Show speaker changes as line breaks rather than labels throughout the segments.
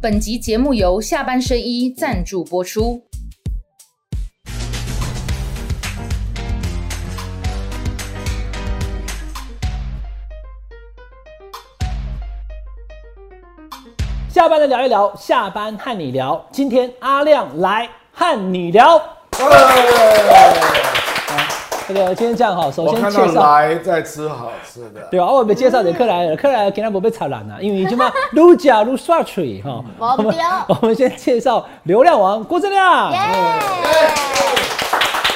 本集节目由下半身衣赞助播出。
下班的聊一聊，下班和你聊。今天阿亮来和你聊。这个今天这样哈，首
我
哎先
看
介
到
绍。
来在吃好吃的，
对吧？哦我们介绍点克莱尔，克莱尔今天不被炒烂了，因为他妈撸假撸刷嘴哈。
我不掉
我们先介绍流量王郭正亮，
耶！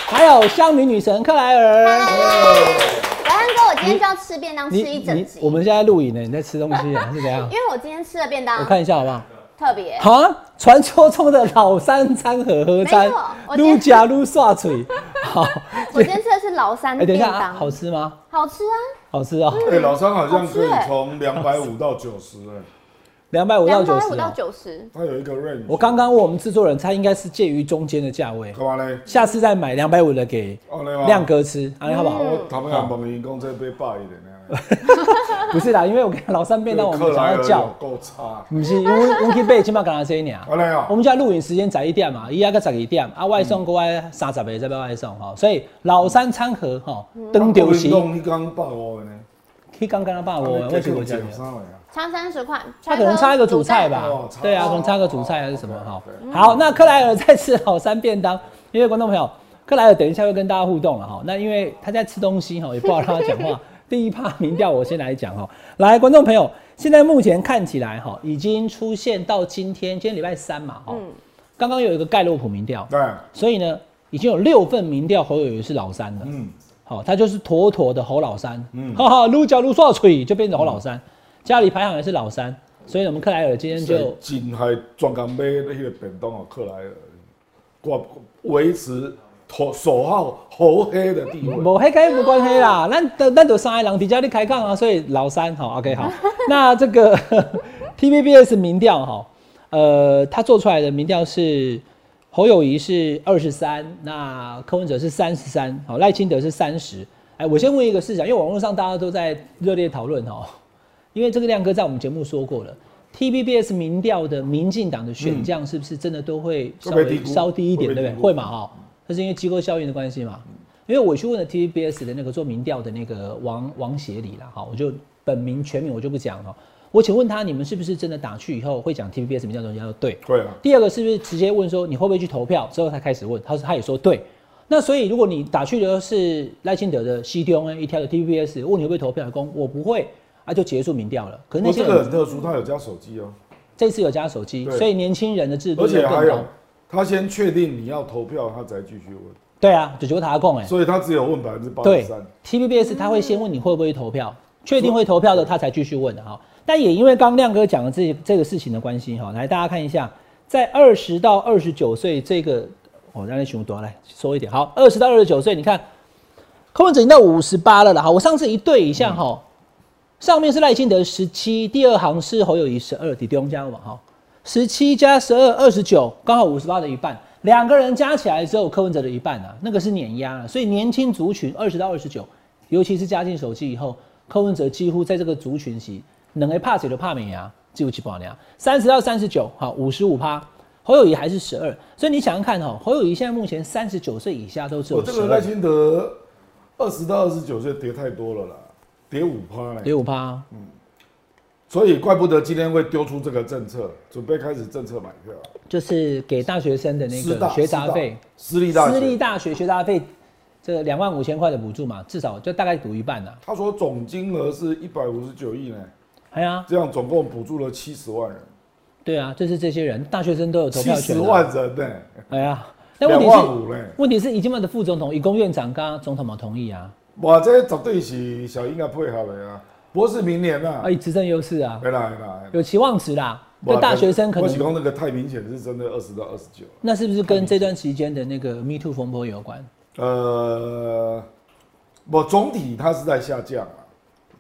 还有乡民女神克莱尔。
晚安哥，我今天就要吃便当，吃一整集。
我们现在录影呢，你在吃东西啊？是怎样
因？为我今天吃的便
我
当
看一下好不好？
特别，
好啊，传说中的老三餐和合餐
没错，我今天
撸假撸刷嘴。好，
我今天吃的是老三
哎，等
便
一下，啊
当，
好吃吗？
好吃啊，
好吃哦，
哎，老三好像
好
可
吃
以
哎
从两百五到九十，哎，
两百五到
两
九
百
十啊
五。到九十，
它有一个 range。
我刚刚问我们制作人，他应该是介于中间的价位。
干嘛嘞？
下次再买两百五的给
哦，嘞吗？
亮，哥吃，啊，好不好？
嗯
我他们要蒙银公这杯爆一 点呢。
不是啦，因为我跟老三便当我们
克
想
莱
要
尔
叫
有，够差。啊
不是，因为我去背起码跟他啊这一年。
好嘞
我
哦，
们家录影时间十一点嘛，伊阿个十二点，啊外送国外三十个在外送哈，所以老三餐盒哈，
嗯
登丢席
运，动一缸爆我呢，啊
去刚刚那爸哦我为什么这样？
三位啊？
差三十块，
他可能差一个主菜吧
哦，差
对啊，
哦嗯
可能差个主菜还是什么哈
对。
好，那克莱尔在吃老三便当，因为观众朋友，克莱尔等一下会跟大家互动了哈。那因为他在吃东西哈，也不好让他讲话。 第一趴民调我先来讲哈，来观众朋友，现在目前看起来哈，已经出现到今天，今天礼拜三嘛哈，
嗯
刚刚有一个盖洛普民调，
对，
所以呢，已经有六份民调侯友宜是老三的，
嗯，
好、他就是妥妥的侯老三，
嗯
哈哈，撸脚撸刷嘴就变成侯老三，家里排行也是老三，所以我们克莱尔今天
就
就
真还专工买那个便当哦，克莱尔，我维持头首号侯黑的地位。
我黑开不关黑啦，那那都三个人底下你开杠啊，所以老三好、o k 好，那这个 T V B S 民调哈、呃，他做出来的民调是侯友谊是二十三，那柯文哲是三十三，好，赖清德是三十，哎，我先问一个市长，因为网络上大家都在热烈讨论哈。因为这个亮哥在我们节目说过了，TBS 民调的民进党的选将是不是真的都会稍
会被
微
低估
稍低一点，
会被
对不
低
对？
估
会嘛哈、那是因为机构效应的关系嘛。因为我去问了 TBS 的那个做民调的那个王王协理啦，哈，我就本名全名我就不讲了。我请问他，你们是不是真的打去以后会讲 TBS 民调的东西？他说对。
会啊，
第二个是不是直接问说你会不会去投票？之后他开始问，他说他也说对。那所以如果你打去的是赖清德的 C D O N 一条的 T V B S，问你会不会投票，公我不会，啊就结束民调了。可是
不过
那些
这
人、
个很特殊，他有加手机哦，
这次有加手机，
对
所以年轻人的制度
而且
又
还
更高
有。他先确定你要投票，他才继续问，
对啊，就结果他供哎，
所以他只有问百分之八十
对
三。嗯
T V B S 他会先问你会不会投票，确定会投票的他才继续问的哈。但也因为刚亮哥讲的这这个事情的关系哈，来大家看一下，在二十到二十九岁这个，我让你熊多来说一点好，二十到二十九岁，你看柯文哲已经到五十八了啦哈，我上次一对一下哈，上面是赖清德十七，第二行是侯友谊十二，底中加嘛哈，十七加十二二十九，刚好五十八的一半，两个人加起来只有柯文哲的一半啊，那个是碾压啊，所以年轻族群二十到二十九，尤其是加进手机以后，柯文哲几乎在这个族群席能挨怕谁都怕没啊，几乎七八年三十到三十九，好五十五趴。侯友谊还是十二，所以你想想看哦，侯友谊现在目前三十九岁以下都只
我
有
哦这
十
个赖
二，
清德二十到二十九岁跌太多了啦，跌五趴嘞，
十五趴，
所以怪不得今天会丢出这个政策，准备开始政策买票。
就是给大学生的那
师
个
大
学杂费，，
师大
私
私立大
立
学，
大学学杂费，这两万五千块的补助嘛，至少就大概补一半呐、啊。
他说总金额是一百五十九亿呢，
哎呀，
这样总共补助了七十万人，
对啊，就是这些人，大学生都有投
七
票权、
十
啊。
万人呢，
哎呀，但问题
两万
是，
五呢，
问题是，已经嘛的副总统、以公院长跟总统嘛同意啊，
哇，这绝对是小英的配合的啊，不是明年啊
啊，，以执政优势啊，
来哎啦来啦，
有期望值啦。那大学生可
我喜
能，
欢那个太明显是真的二十到二十九，
那是不是跟这段期间的那个 Me Too 风波有关？
呃，我总体它是在下降啊，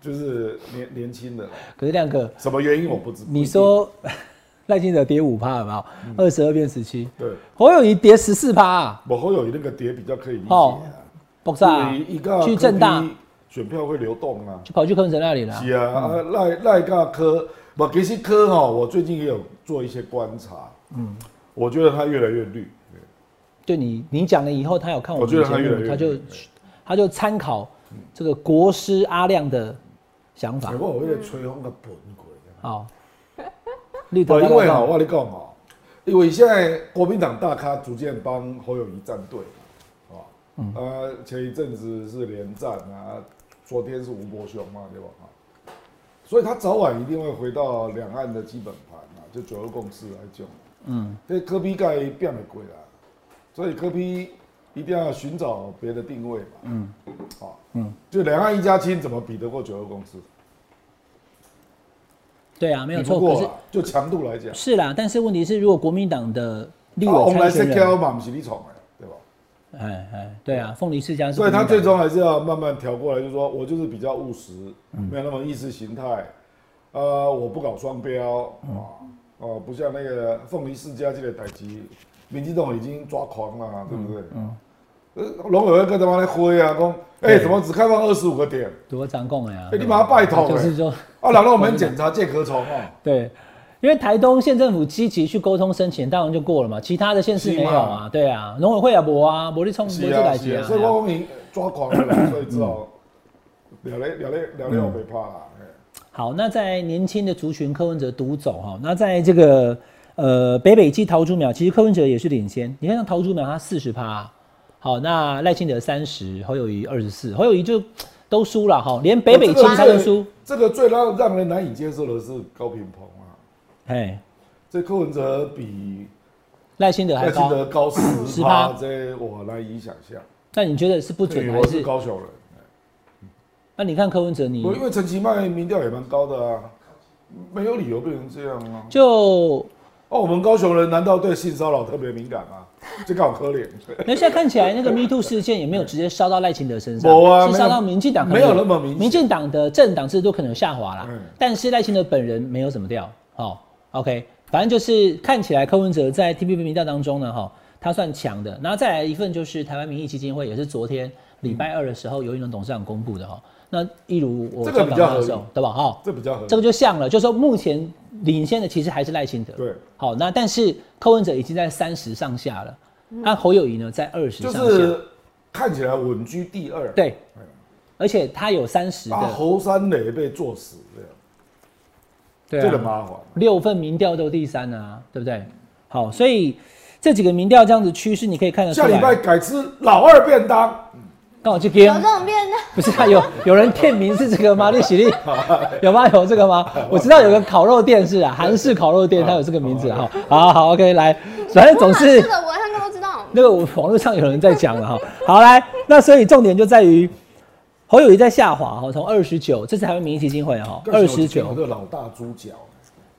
就是年年轻人，
可是亮哥，
什么原因我不知。
你说 赖清德跌五趴好不好？二十二变十七，
对，
侯友谊跌十四趴啊，
我侯友谊那个跌比较可以理解、
哦
啊，
爆炸、
所
啊
以一个
去正大
选票会流动啊，
就跑去柯文哲那里了啊、
是啊，啊赖赖大科不，其实科哈，我最近也有做一些观察，嗯，我觉得它越来越绿，
对你你讲了以后，他有看我
我觉
们
得
节
他越来
目，
越
他就他就参考这个国师阿亮的想法
不，哎过我为了吹风的本鬼。
好，绿
不，
灯
因为哈，我跟你讲哦，因为现在国民党大咖逐渐帮侯友谊站队嘛，啊，
嗯
呃，前一阵子是连战啊，昨天是吴伯雄嘛，对吧？啊，所以他早晚一定会回到两岸的基本盘啊，就九二共识来讲，嗯，所以科比盖变了鬼啦，所以科比一定要寻找别的定位嘛，嗯，好，嗯，就两岸一家亲怎么比得过九二共识？
对啊，没有
比
错，
不
可
过
是
啦，就强度来讲。
是啦，但是问题是，如果国民党的立
啊
委
红
参
蓝色
选
胶
人，
嘛，不是你闯的，对吧？
哎哎，对啊，凤梨世家是
所
国
以
民
他
党的，
最终还是要慢慢调过来，就是说我就是比较务实，
嗯
没有那么意识形态，呃，我不搞双标
嗯
啊，哦，不像那个凤梨世家这个代级，民进党已经抓狂了，对不
嗯
对？呃，龙友要跟他妈来挥啊，讲，哎，怎么只开放二十五个点？
多张供呀，
哎你把他拜托
就
哎
是说。
啊，然后我们检查介壳虫哦，
对，因为台东县政府积极去沟通申请，当然就过了嘛。其他的县市没有
是
啊，对啊，农委会也无啊，无你冲无
是
这
啊
代
是
志啊。
啊，
嗯
所以
对啊
我讲你抓狂 了啦，所以只好聊咧聊咧
嗯
聊咧我没怕啦。哎
好，那在年轻的族群，柯文哲独走哈。那在这个呃北北基桃竹苗，其实柯文哲也是领先。你看像桃竹苗，他四十趴，啊好，那赖清德三十，侯友谊二十四，侯友谊就都输了哈，连北北基他都输。
哦这个最让让人难以接受的是高平鹏啊，
哎，
这柯文哲比
赖清德还
赖清
高。
德高十趴，
10%
这我难以想象。
那你觉得是不准
对，
还
我是
是？
高雄人，
那你看柯文哲，你
我因为陈其迈民调也蛮高的啊，没有理由变成这样啊。
就
哦，我们高雄人难道对性骚扰特别敏感吗？这个好可怜，
那现在看起来，那个 Me Too 事件也没有直接烧到赖清德身上，
没啊
是
没有
烧到民进党，
没有那么明显
民进党的政党制度可能有下滑啦，
嗯
但是赖清德本人没有怎么掉。哦，OK，反正就是看起来柯文哲在 TPP 民调当中呢，哈、哦他算强的。然后再来一份就是台湾民意基金会，也是昨天礼拜二的时候，尤一龙董事长公布的哈、哦。那一如我
这个
专
比
访
较
他的
合
时候
理，
对吧？哈、
这比较合理。
这个就像了，就是说目前领先的其实还是赖清德。
对，
好，那但是柯文哲已经在三十上下了，
嗯
那、侯友谊呢在二十
就
上下，
是看起来稳居第二，
对，而且他有三十的，
啊，侯山磊被做死这样，
对
这
啊，
个麻烦。
六份民调都第三啊，对不对？好，所以这几个民调这样子趋势，你可以看得出
下
来。
礼拜改吃老二便当。
刚好去给
有这种变的，
不是啊，有有人骗名是这个 吗？利喜利有吗？有这个吗？我知道有个烤肉店是啊，韩式烤肉店，它有这个名字啊。好好好，OK，来，反正总是
是的，我三个都知道。
那个我网络上有人在讲了哈。好来，那所以重点就在于侯友谊在下滑哈，从二十九，这是台湾民意基金会哈，二十
我
九
的老大猪脚，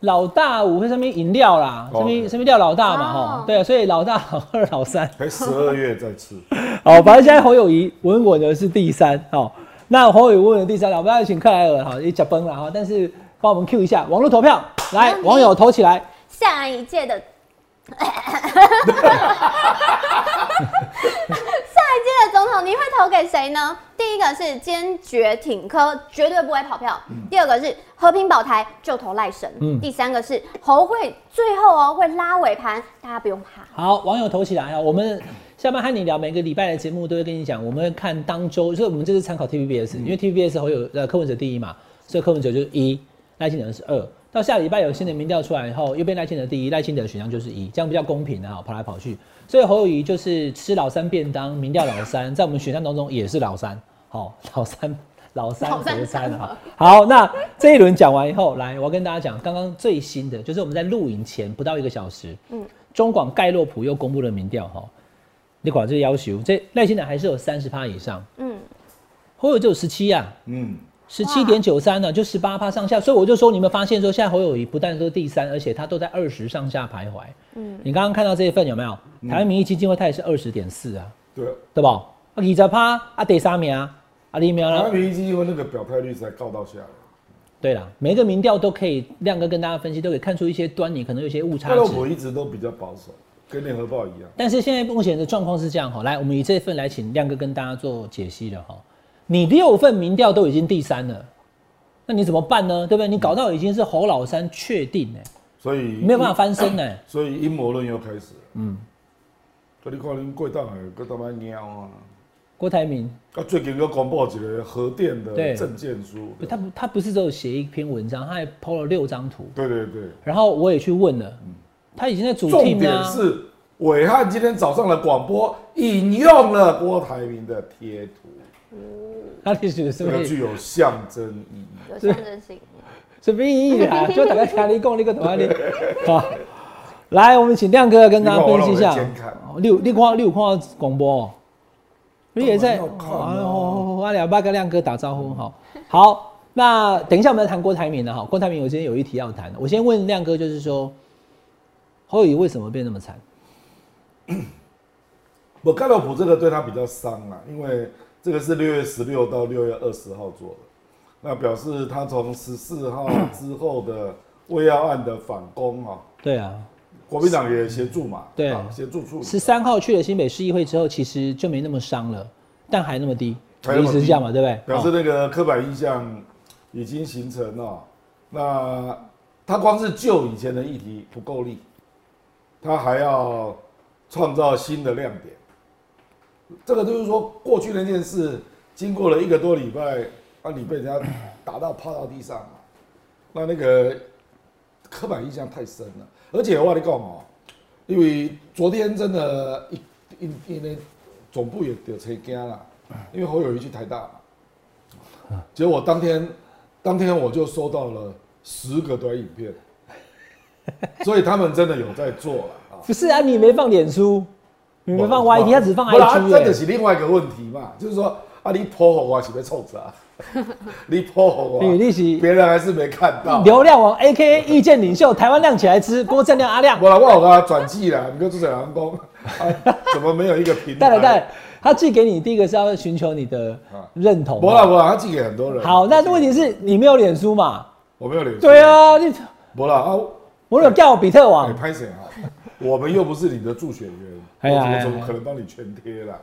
老大五会上面饮料啦，
哦
上面上面料老大嘛哈
哦，
对啊，所以老大老二老三，
才十二月再吃，
好，反正现在侯友谊稳稳的是第三哦。那侯友谊稳稳的第三，我们要请克莱尔哈也讲崩了哈，但是帮我们 Q 一下网络投票，来
没问题
网友投起来，
下一届的，下一届的总统你会投给谁呢？第一个是坚决挺科，绝对不会跑票；第二个是和平保台，就投赖神；
嗯
第三个是侯会，最后哦会拉尾盘，大家不用怕。
好，网友投起来啊！我们下班和你聊，每个礼拜的节目都会跟你讲，我们会看当周，所以我们这次参考 TVBS，、因为 TVBS 会有呃柯文哲第一嘛，所以柯文哲就是一，赖清德是二。到下礼拜有新的民调出来以后，又变赖清德第一，赖清德的选项就是一，这样比较公平啊，跑来跑去。所以侯友谊就是吃老三便当，民调老三，在我们选项当中也是老三，好、老三。老三
老三
合三
什
啊
么！
好，那这一轮讲完以后，来，我要跟大家讲刚刚最新的，就是我们在录影前不到一个小时，中广盖洛普又公布了民调哈，你管这要求，这赖清德还是有三十趴以上，
嗯，
侯友只有十七啊，
嗯，
十七点九三啊呢，就十八趴上下，所以我就说你们发现说现在侯友谊不但都第三，而且他都在二十上下徘徊。嗯，你刚刚看到这一份有没有？台湾民意基金会它也是二十点四啊，
对。
对吧？啊，二十趴啊，第三名啊，啊，你苗
台
了
湾。民意基金会那个表态率才告到下来，
对了，每一个民调都可以亮哥跟大家分析，都可以看出一些端倪，可能有一些误差
泰
值。
勒普一直都比较保守，跟联合报一样。
但是现在目前的状况是这样哈，来，我们以这份来请亮哥跟大家做解析了哈。你六份民调都已经第三了，那你怎么办呢？对不对？你搞到已经是侯老三确定呢、
所以
没有办法翻身呢、
所以阴谋论又开始了。嗯，所以你看恁过档的搁他妈猫啊！
郭台铭，
啊，最近又公布一个核电
对
的证件书。
他不他不是只有写一篇文章，他还 PO 了六张图，
对对对，
然后我也去问了，他已经在主啊
重
team
点
啦、
是伟汉今天早上的广播引用了郭台铭的贴图，
他历史是
这
不
个
是？
具有象征意义。
有象征性。
什么意义啊？就大概听你讲，你个懂啊你？好，来，我们请亮哥跟大家分析一下
你看我让我先看。
六六看六看广播哦，你也在。哦
当然要看啊
哦，阿两爸跟亮哥打招呼好。好，那等一下我们来谈郭台铭的哈。郭台铭，我今天有一题要谈，我先问亮哥，就是说侯友谊为什么变那么惨？
我盖洛普这个对他比较伤啦，因为这个是六月十六到六月二十号做的，那表示他从十四号之后的魏耀案的反攻啊，
对啊，
国民党也协助嘛，
对
啊协助处理。
十三号去了新北市议会之后，其实就没那么伤了，但还那么低，
还
意
那么
思是这样嘛，对不对？
表示
哦
那个刻板印象已经形成了。那他光是就以前的议题不够力，他还要创造新的亮点。这个就是说，过去那件事经过了一个多礼拜，啊，你被人家打到趴到地上嘛，那那个刻板印象太深了。而且我跟你讲哦，因为昨天真的，一因因为总部也得车惊啦，因为侯友谊去台大嘛，结果当天当天我就收到了十个短影片，所以他们真的有在做了啊。
不是啊，你没放脸书，你没放 YT，他只放欸哎
不然
IG
这
耶
个是另外一个问题嘛，就是说啊，你泼火我是被臭死啊， 你泼火我，
因 为你是
别人还是没看到。
流量王 A K A 意见领袖，台湾亮起来吃，郭正亮阿亮
我，啦，我有给他转寄啦，你跟朱水郎公，啊，怎么没有一个平 台？
带来带来，他寄给你第一个是要寻求你的认同
啊不啦
嘛。
不啦，他寄给很多人。
好，那问题是你没有脸书嘛？
我没有脸。
对，啊，你
不啦啊，
我有叫比特
你
网，
拍谁啊？我们又不是你的助选员，
哎呀哎
我
呀
怎么可能帮你全贴啦？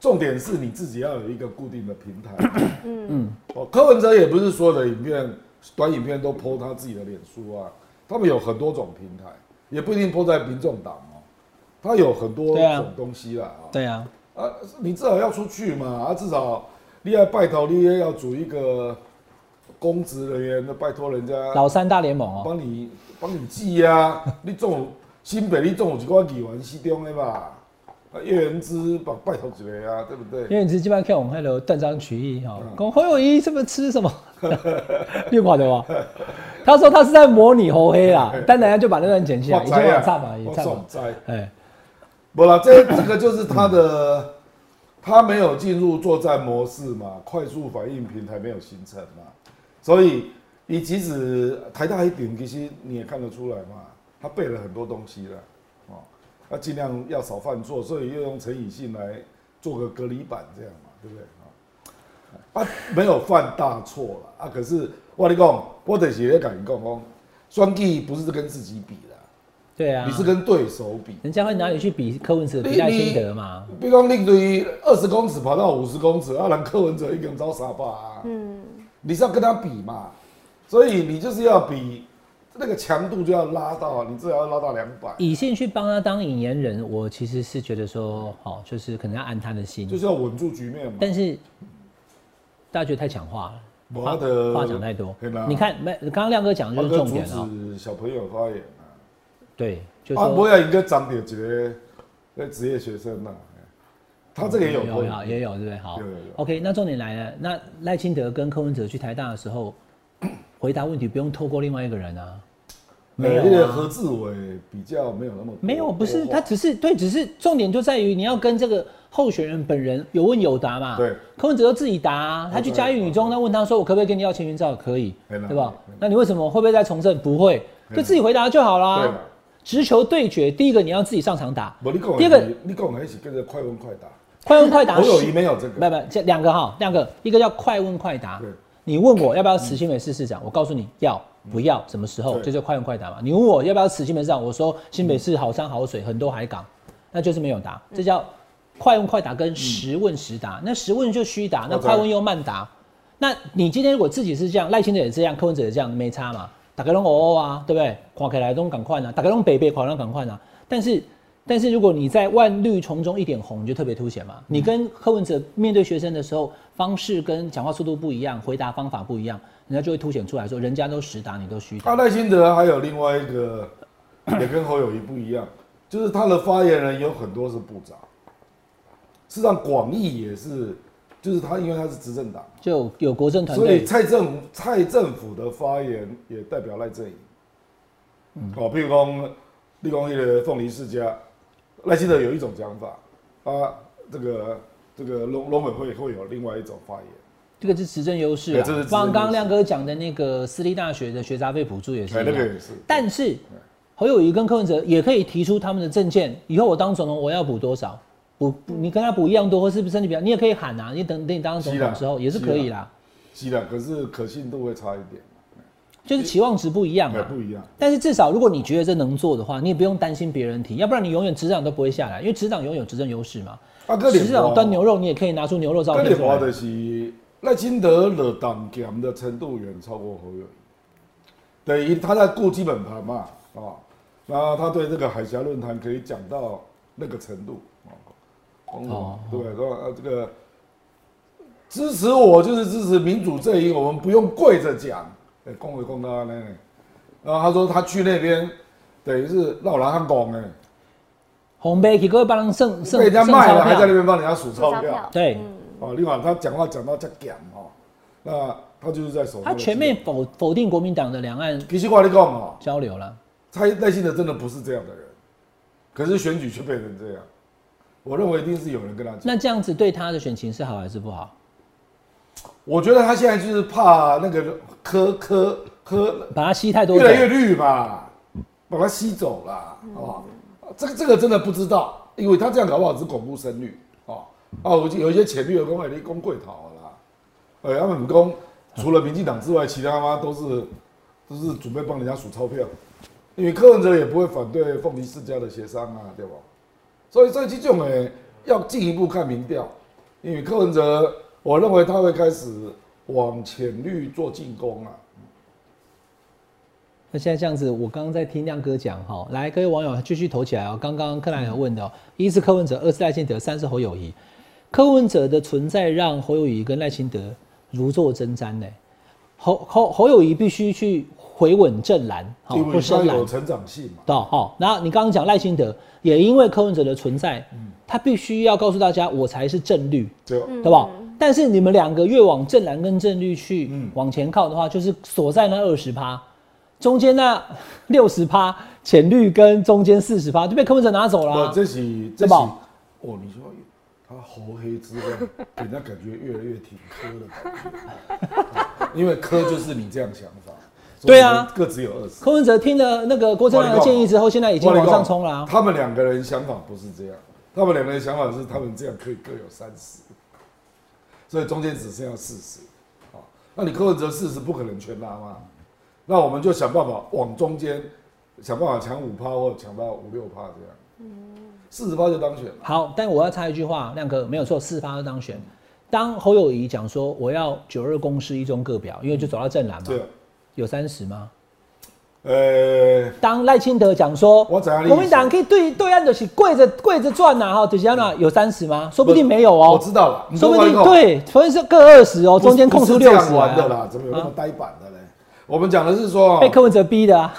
重点是你自己要有一个固定的平 台。嗯，哦，柯文哲也不是所有的影片、短影片都 PO 他自己的脸书啊，他们有很多种平台，也不一定 PO 在民众党哦，他有很多
对啊
种东西啦啊。
对啊，
啊，你至少要出去嘛，啊，至少你要拜托，你也要组一个公职人员，那拜托人家
老三大联盟哦，
帮你帮你记啊，你总有新北你总有一个议员是中的吧？啊，叶元之帮拜托一个啊，对不对？
因为你是基本上看我们那个断章取义哈，
嗯
讲侯友谊这么吃什么， 你有看到吗？他说他是在模拟侯黑 啦，但等下就把那段剪下
啊
来，已经往炸嘛，也
我
炸嘛
爽，灾。
哎，
不啦，这这个就是他的，他没有进入作战模式嘛，快速反应平台没有形成嘛，所以你即使台大一点，其实你也看得出来嘛，他背了很多东西了，哦，他尽量要少犯错，所以又用陈以信来做个隔离板这样嘛，对不对？哦啊，没有犯大错了啊，可是我跟你讲，我就是咧跟你讲讲，双计不是跟自己比啦，
对啊
你，是跟对手比。
人家会拿你去比柯文哲、
你
比赖清德嘛？
比方你对二十公尺跑到五十公尺，啊，人柯文哲一个人招傻吧、啊，
嗯，
你是要跟他比嘛，所以你就是要比那个强度就要拉到，你至少要拉到两百，
以信去帮他当引言人，我其实是觉得说，好、就是可能要安他的心，
就是要稳住局面嘛。
但是大家觉得太强化了，
我的
话讲太多
呃对啦。
你看，没刚刚亮哥讲的
他
就是
哥
重
阻
点哦、
止小朋友发言啊，
对，就
啊，不
说
要应该长点一个那职业学生呐、啊他这个也有哎
有
问
有也
题，
有对不对？好
有有有
，OK，那重点来了，那赖清德跟柯文哲去台大的时候，回答问题不用透过另外一个人啊，没有啊
呃那个何志伟比较没有那么多哦
没有，不是
多
他
话
只是对，只是重点就在于你要跟这个候选人本人有问有答嘛。
对，
柯文哲自己答、啊，他去嘉义女中，他问他说：“我可不可以跟你要签名照？”可以，
对啦
对吧
对啦？
那哎你为什么会不会再重振？不会，
对啦
就自己回答就好
哦对
啦
啦。
直球对决，第一个你要自己上场打，
不，你讲的
第二个
是你讲的是跟着快问快答，
快问快答
侯
是。
友谊没有这个。
不不，这两个哈，两个，一个叫快问快答
对，
你问我要不要辞新北市市长，我告诉你要不要，什么时候，
对
这就快问快答嘛。你问我要不要辞新北市长，我说新北市好山好水，很多海港，那就是没有答，
嗯
这叫快问快答跟实问实答。那实问就虚答，那
我知道
快问又慢答。那你今天如果自己是这样，赖清德也这样，柯文哲也这样，没差嘛？打开龙哦哦啊，对不对？垮开来都赶快啊，打开龙北北垮龙赶快啊。但是但是如果你在万绿丛中一点红，你就特别凸显嘛。
嗯
你跟柯文哲面对学生的时候，方式跟讲话速度不一样，回答方法不一样，人家就会凸显出来说，人家都实打，你都虚
他
打。
赖清德还有另外一个，也跟侯友谊不一样， 就是他的发言人有很多是部长。事实上，广义也是，就是他因为他是执政党，
就有国政团
所以
队，
蔡政府蔡政府的发言也代表赖政颖。
嗯
哦，譬如讲，立功一的凤梨世家，赖清德有一种讲法啊，这个这个农农委会会有另外一种发言。
这个是执政优势
对
啊
哎这是执。政
刚
优
刚
势
亮哥讲的那个私立大学的学杂费补助也是
哎
一
那
样
个。也是，
但是侯友谊跟柯文哲也可以提出他们的证件，以后我当总统我要补多少？补补你跟他补一样多，或是不是甚至比较？你也可以喊啊，你等等你当总
是
统
啦
之后也是可以啦，
是的，可是可信度会差一点，
就是期望值不一样
也
啊。
哎不一样。
但是至少如果你觉得这能做的话，你也不用担心别人提，要不然你永远执掌都不会下来，因为执掌永远有执政优势嘛。
啊，哥，
执掌端牛肉，你也可以拿出牛肉照
跟
片
你
出
华
来。
的是赖清德惹党强的程度远超过侯友宜，等于他在顾基本盘嘛，啊、然后他对这个海峡论坛可以讲到那个程度，哦
哦，
对，说呃这个支持我就是支持民主阵营，我们不用跪着讲，哎，恭维公道呢，然后他说他去那边等于是绕狼汉拱哎，
红杯给各位帮人剩剩
被人家
剩
卖了，
钞
还在那
票，
边帮人家数
钞
钞票。
对
哦，另外他讲话讲到这讲哦，那他就是在守。
他全面。否否定国民党的两岸
其实我跟你讲哦，
交流了。
蔡赖幸德真的不是这样的人，可是选举却变成这样，我认为一定是有人跟他讲。
那这样子对他的选情是好还是不好？
我觉得他现在就是怕那个科科科
把它吸太多
越
走
来越绿嘛，把他吸走了
嗯
哦。这个这个真的不知道，因为他这样搞不好只巩固声誉哦哦，有有一些浅绿的公会你公贵逃了啦，哎，他们公除了民进党之外，其他他妈都是都是准备帮人家数钞票，因为柯文哲也不会反对凤梨世家的协商啊，对吧？所以所以这种诶，要进一步看民调，因为柯文哲，我认为他会开始往浅绿做进攻啊。
那现在这样子，我刚刚在听亮哥讲哈，来，各位网友继续投起来哦。刚刚克莱尔问的哦，一是柯文哲，二是赖清德，三是侯友谊。柯文哲的存在让侯友谊跟赖清德如坐针毡呢。侯侯侯友谊必须去回稳正蓝，好
因
不
为他
深蓝
有。成长性嘛。
到好，然后你刚刚讲赖清德，也因为柯文哲的存在，
嗯
他必须要告诉大家，我才是正绿，
对吧，
对吧？但是你们两个越往正蓝跟正绿去、
嗯
往前靠的话，就是所在那二十趴，中间那六十趴，浅绿跟中间四十趴就被柯文哲拿走了啊、
我这是这
对
是
吧
哦，你说他猴黑之后，给人家感觉越来越挺科的感觉，因为科就是你这样想法。
对啊
各只有二十。
柯文哲听了那个郭正亮的建议之后，现在已经往上冲了、
我跟你
啊
讲。他们两个人想法不是这样，他们两个人想法是他们这样可以各有三十，所以中间只剩下四十。啊，那你柯文哲四十不可能全拉嘛，那我们就想办法往中间想办法抢五趴或者抢到五六趴这样，四十趴就当选了。
好，但我要插一句话，亮哥没有错，四趴当选。当侯友谊讲说我要九二共识一中各表，因为就走到正蓝嘛
对，，啊
有三十吗？
呃，
当赖清德讲说，
我知道你意思
国民党可以对对岸就是跪着跪着转呐、啊，哈，就是那有三十吗？说不定没有
嗯我
哦、
知道了，你
说不
我
定
一个
对，除非是各二十哦，
不是
中间空出
不是
六
这
十啊
样玩的啦，怎哦么有那么呆板的嘞？我们讲的是说，
被柯文哲逼的啊，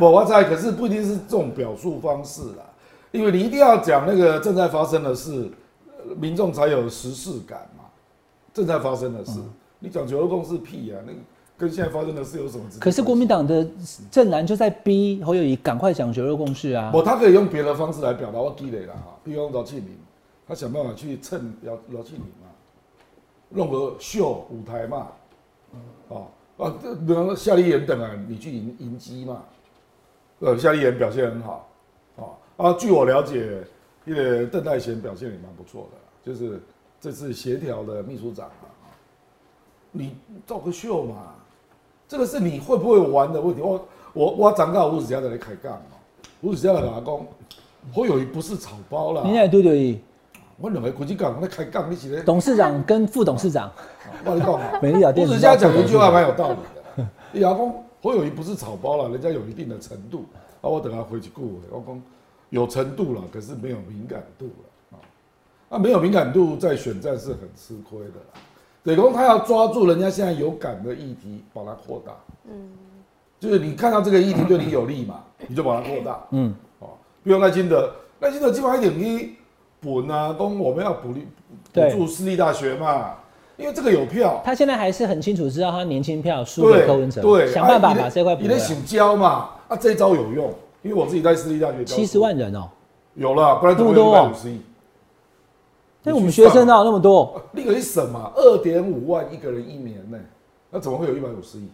我我在，可是不一定是这种表述方式啦，因为你一定要讲那个正在发生的事，呃民众才有实事感嘛。正在发生的
嗯
事，你讲九二共识屁啊呀、那个跟现在发生的事有什么直接关系？
可是国民党的正蓝就在逼侯友谊赶快讲九二共识啊。
不，他可以用别的方式来表达我积累了哈，比如用饶庆林，他想办法去蹭饶饶庆林嘛，弄个秀舞台嘛，哦啊，这比方说夏立言等啊，你去迎迎击嘛，呃，夏立言表现很好，哦啊，据我了解，那个邓代贤表现也蛮不错的啦，就是这次协调的秘书长嘛，你造个秀嘛，这个是你会不会玩的问题。我我我长到吴子嘉在来开杠哦，吴子嘉在跟我讲，侯友谊不是草包啦，
你那对对，
我两个国际港在开杠，你起来，
董事长跟副董事长，
我跟你讲啊，
美丽岛
郭
电
子
子
嘉
报
讲
副
一
董事
句话
长
蛮有道理的，伊阿公侯友谊不是草包了，人家有一定的程度，啊，我等他回去顾我讲有程度了，可是没有敏感度了啊，啊，没有敏感度在选战是很吃亏的啦。对，公他要抓住人家现在有感的议题，把它扩大。就是你看到这个议题对你有利嘛，你就把它扩大。
嗯，
哦，比如赖清德，赖清德基本上一点一本啊，公我们要补力补
对
助私立大学嘛，因为这个有票。
他现在还是很清楚知道他年轻票输给
对
柯文哲，
对，
想办法
啊
把这块补
你
回
的
来。
醒教嘛，啊，这一招有用，因为我自己在私立大学教书
七十万人哦，
有了，不然怎么
这么多
有
哦
五十亿？
对我们学生哪有那么多？
那个一省嘛，二点五万一个人一年呢、那怎么会有一百五十亿？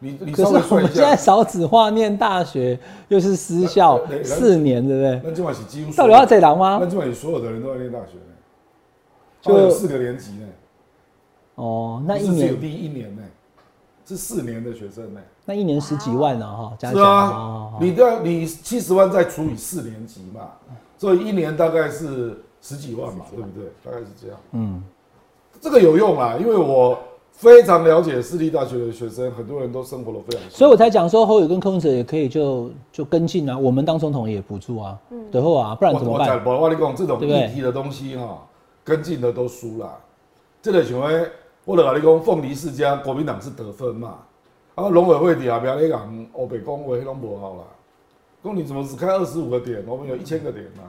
你你
可
稍微
是我
算
们
一
现在
下，
少子化，念大学又是私校
对对对
四年，对不对？
那今晚是几乎
到
所有
底要这狼吗
那？今晚所有的人都在念大学呢、
就
就有四个年级呢、
哦，那一
不是只有
年
第一年呢、是四年的学生呢、
那一年十几万呢，哈，加起
是
来
啊
哦，嗯
你的你七十万再除以四年级嘛，所以一年大概是十几万嘛，对不对？大概是这样。
嗯，
这个有用啦，因为我非常了解私立大学的学生，很多人都生活的非常辛苦。
所以我才讲说侯友跟柯文哲也可以就就跟进啊，我们当总统也补助啊，对后啊，不然
我
怎么
我
办？
讲，我我跟你讲，这种
对不对
议题的东西哈、跟进的都输啦。这个想要，我就跟你讲，凤梨世家国民党是得分嘛，啊，农委会底下不要你讲，我北公维拢不好啦。讲你怎么只开二十五个点，我们有一千个点呐、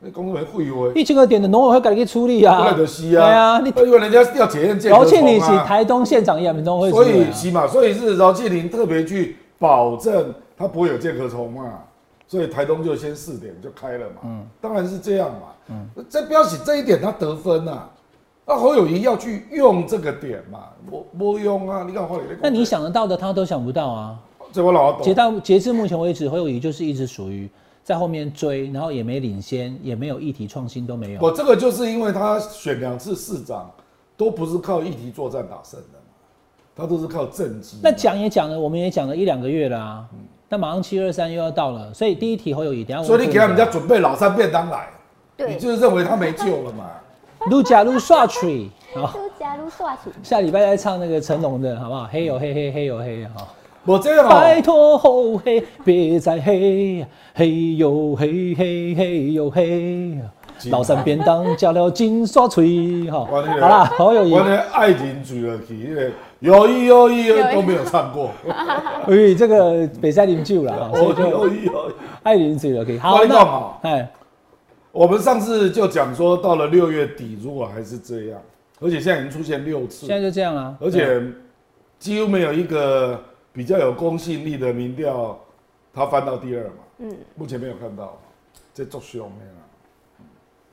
那工作人员会 为。
一千个点的农委会改给处理啊，
那就西
对
啊，
啊，你
那因为人家要检验健康、啊，
饶庆你是台东县长也民农会主
所
委
以
啊，
起码，所以是饶庆林特别去保证它不会有介壳虫嘛，所以台东就先试点就开了嘛，
嗯
当然是这样嘛，这标起这一点他得分啊，那侯友谊要去用这个点嘛，我我用啊，你看话里
那你，想得到的他都想不到啊。
这我老
截
懂，
到截至目前为止，侯友谊就是一直属于在后面追，然后也没领先，也没有议题创新都没有。
我这个就是因为他选两次市长都不是靠议题作战打胜的嘛，他都是靠政绩嘛，
那讲也讲了，我们也讲了一两个月了啊，那马上七二三又要到了，所以第一题侯友谊，等一下
所以你给他们家
讲
准备老三便当来，你
对，
就是认为他没救了嘛。
陆假如刷 tree，好，
就假如刷起，
下礼拜再唱那个成龙的好不好？嘿呦嘿嘿嘿呦嘿哈，
我这样
拜
哦，
托后黑别再黑，嘿呦嘿嘿嘿呦嘿，老三便当加了金刷锤哈，
我那个
好啦，侯友谊
我。的爱情追了去，那个有意有意都没有唱过，
所以哎这个北山零九了哈，所
有
以就
意哦有意有意。
爱零九了可以。
我
好，
跟你讲哦
那哎，
我们上次就讲说，到了六月底，如果还是这样，而且现在已经出现六次
现，在就这样啊。
而且几乎没有一个比较有公信力的民调，他翻到第二嘛。嗯，目前没有看到，这作秀没有啦。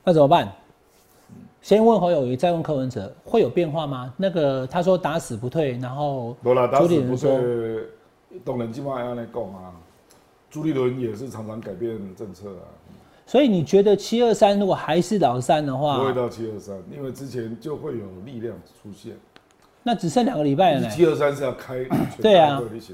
那怎么办？先问侯友谊，再问柯文哲，会有变化吗？那个他说打死不退，然后
罗啦，当
朱
时
立
不
伦
是当然，基本上要来讲啊。朱立伦也是常常改变政策啊。
所以你觉得七二三如果还是老三的
不
话
会，到七二三，因为之前就会有力量出现。
那只剩两个礼拜了呢。
七二三是要开全
对啊
台会的一些，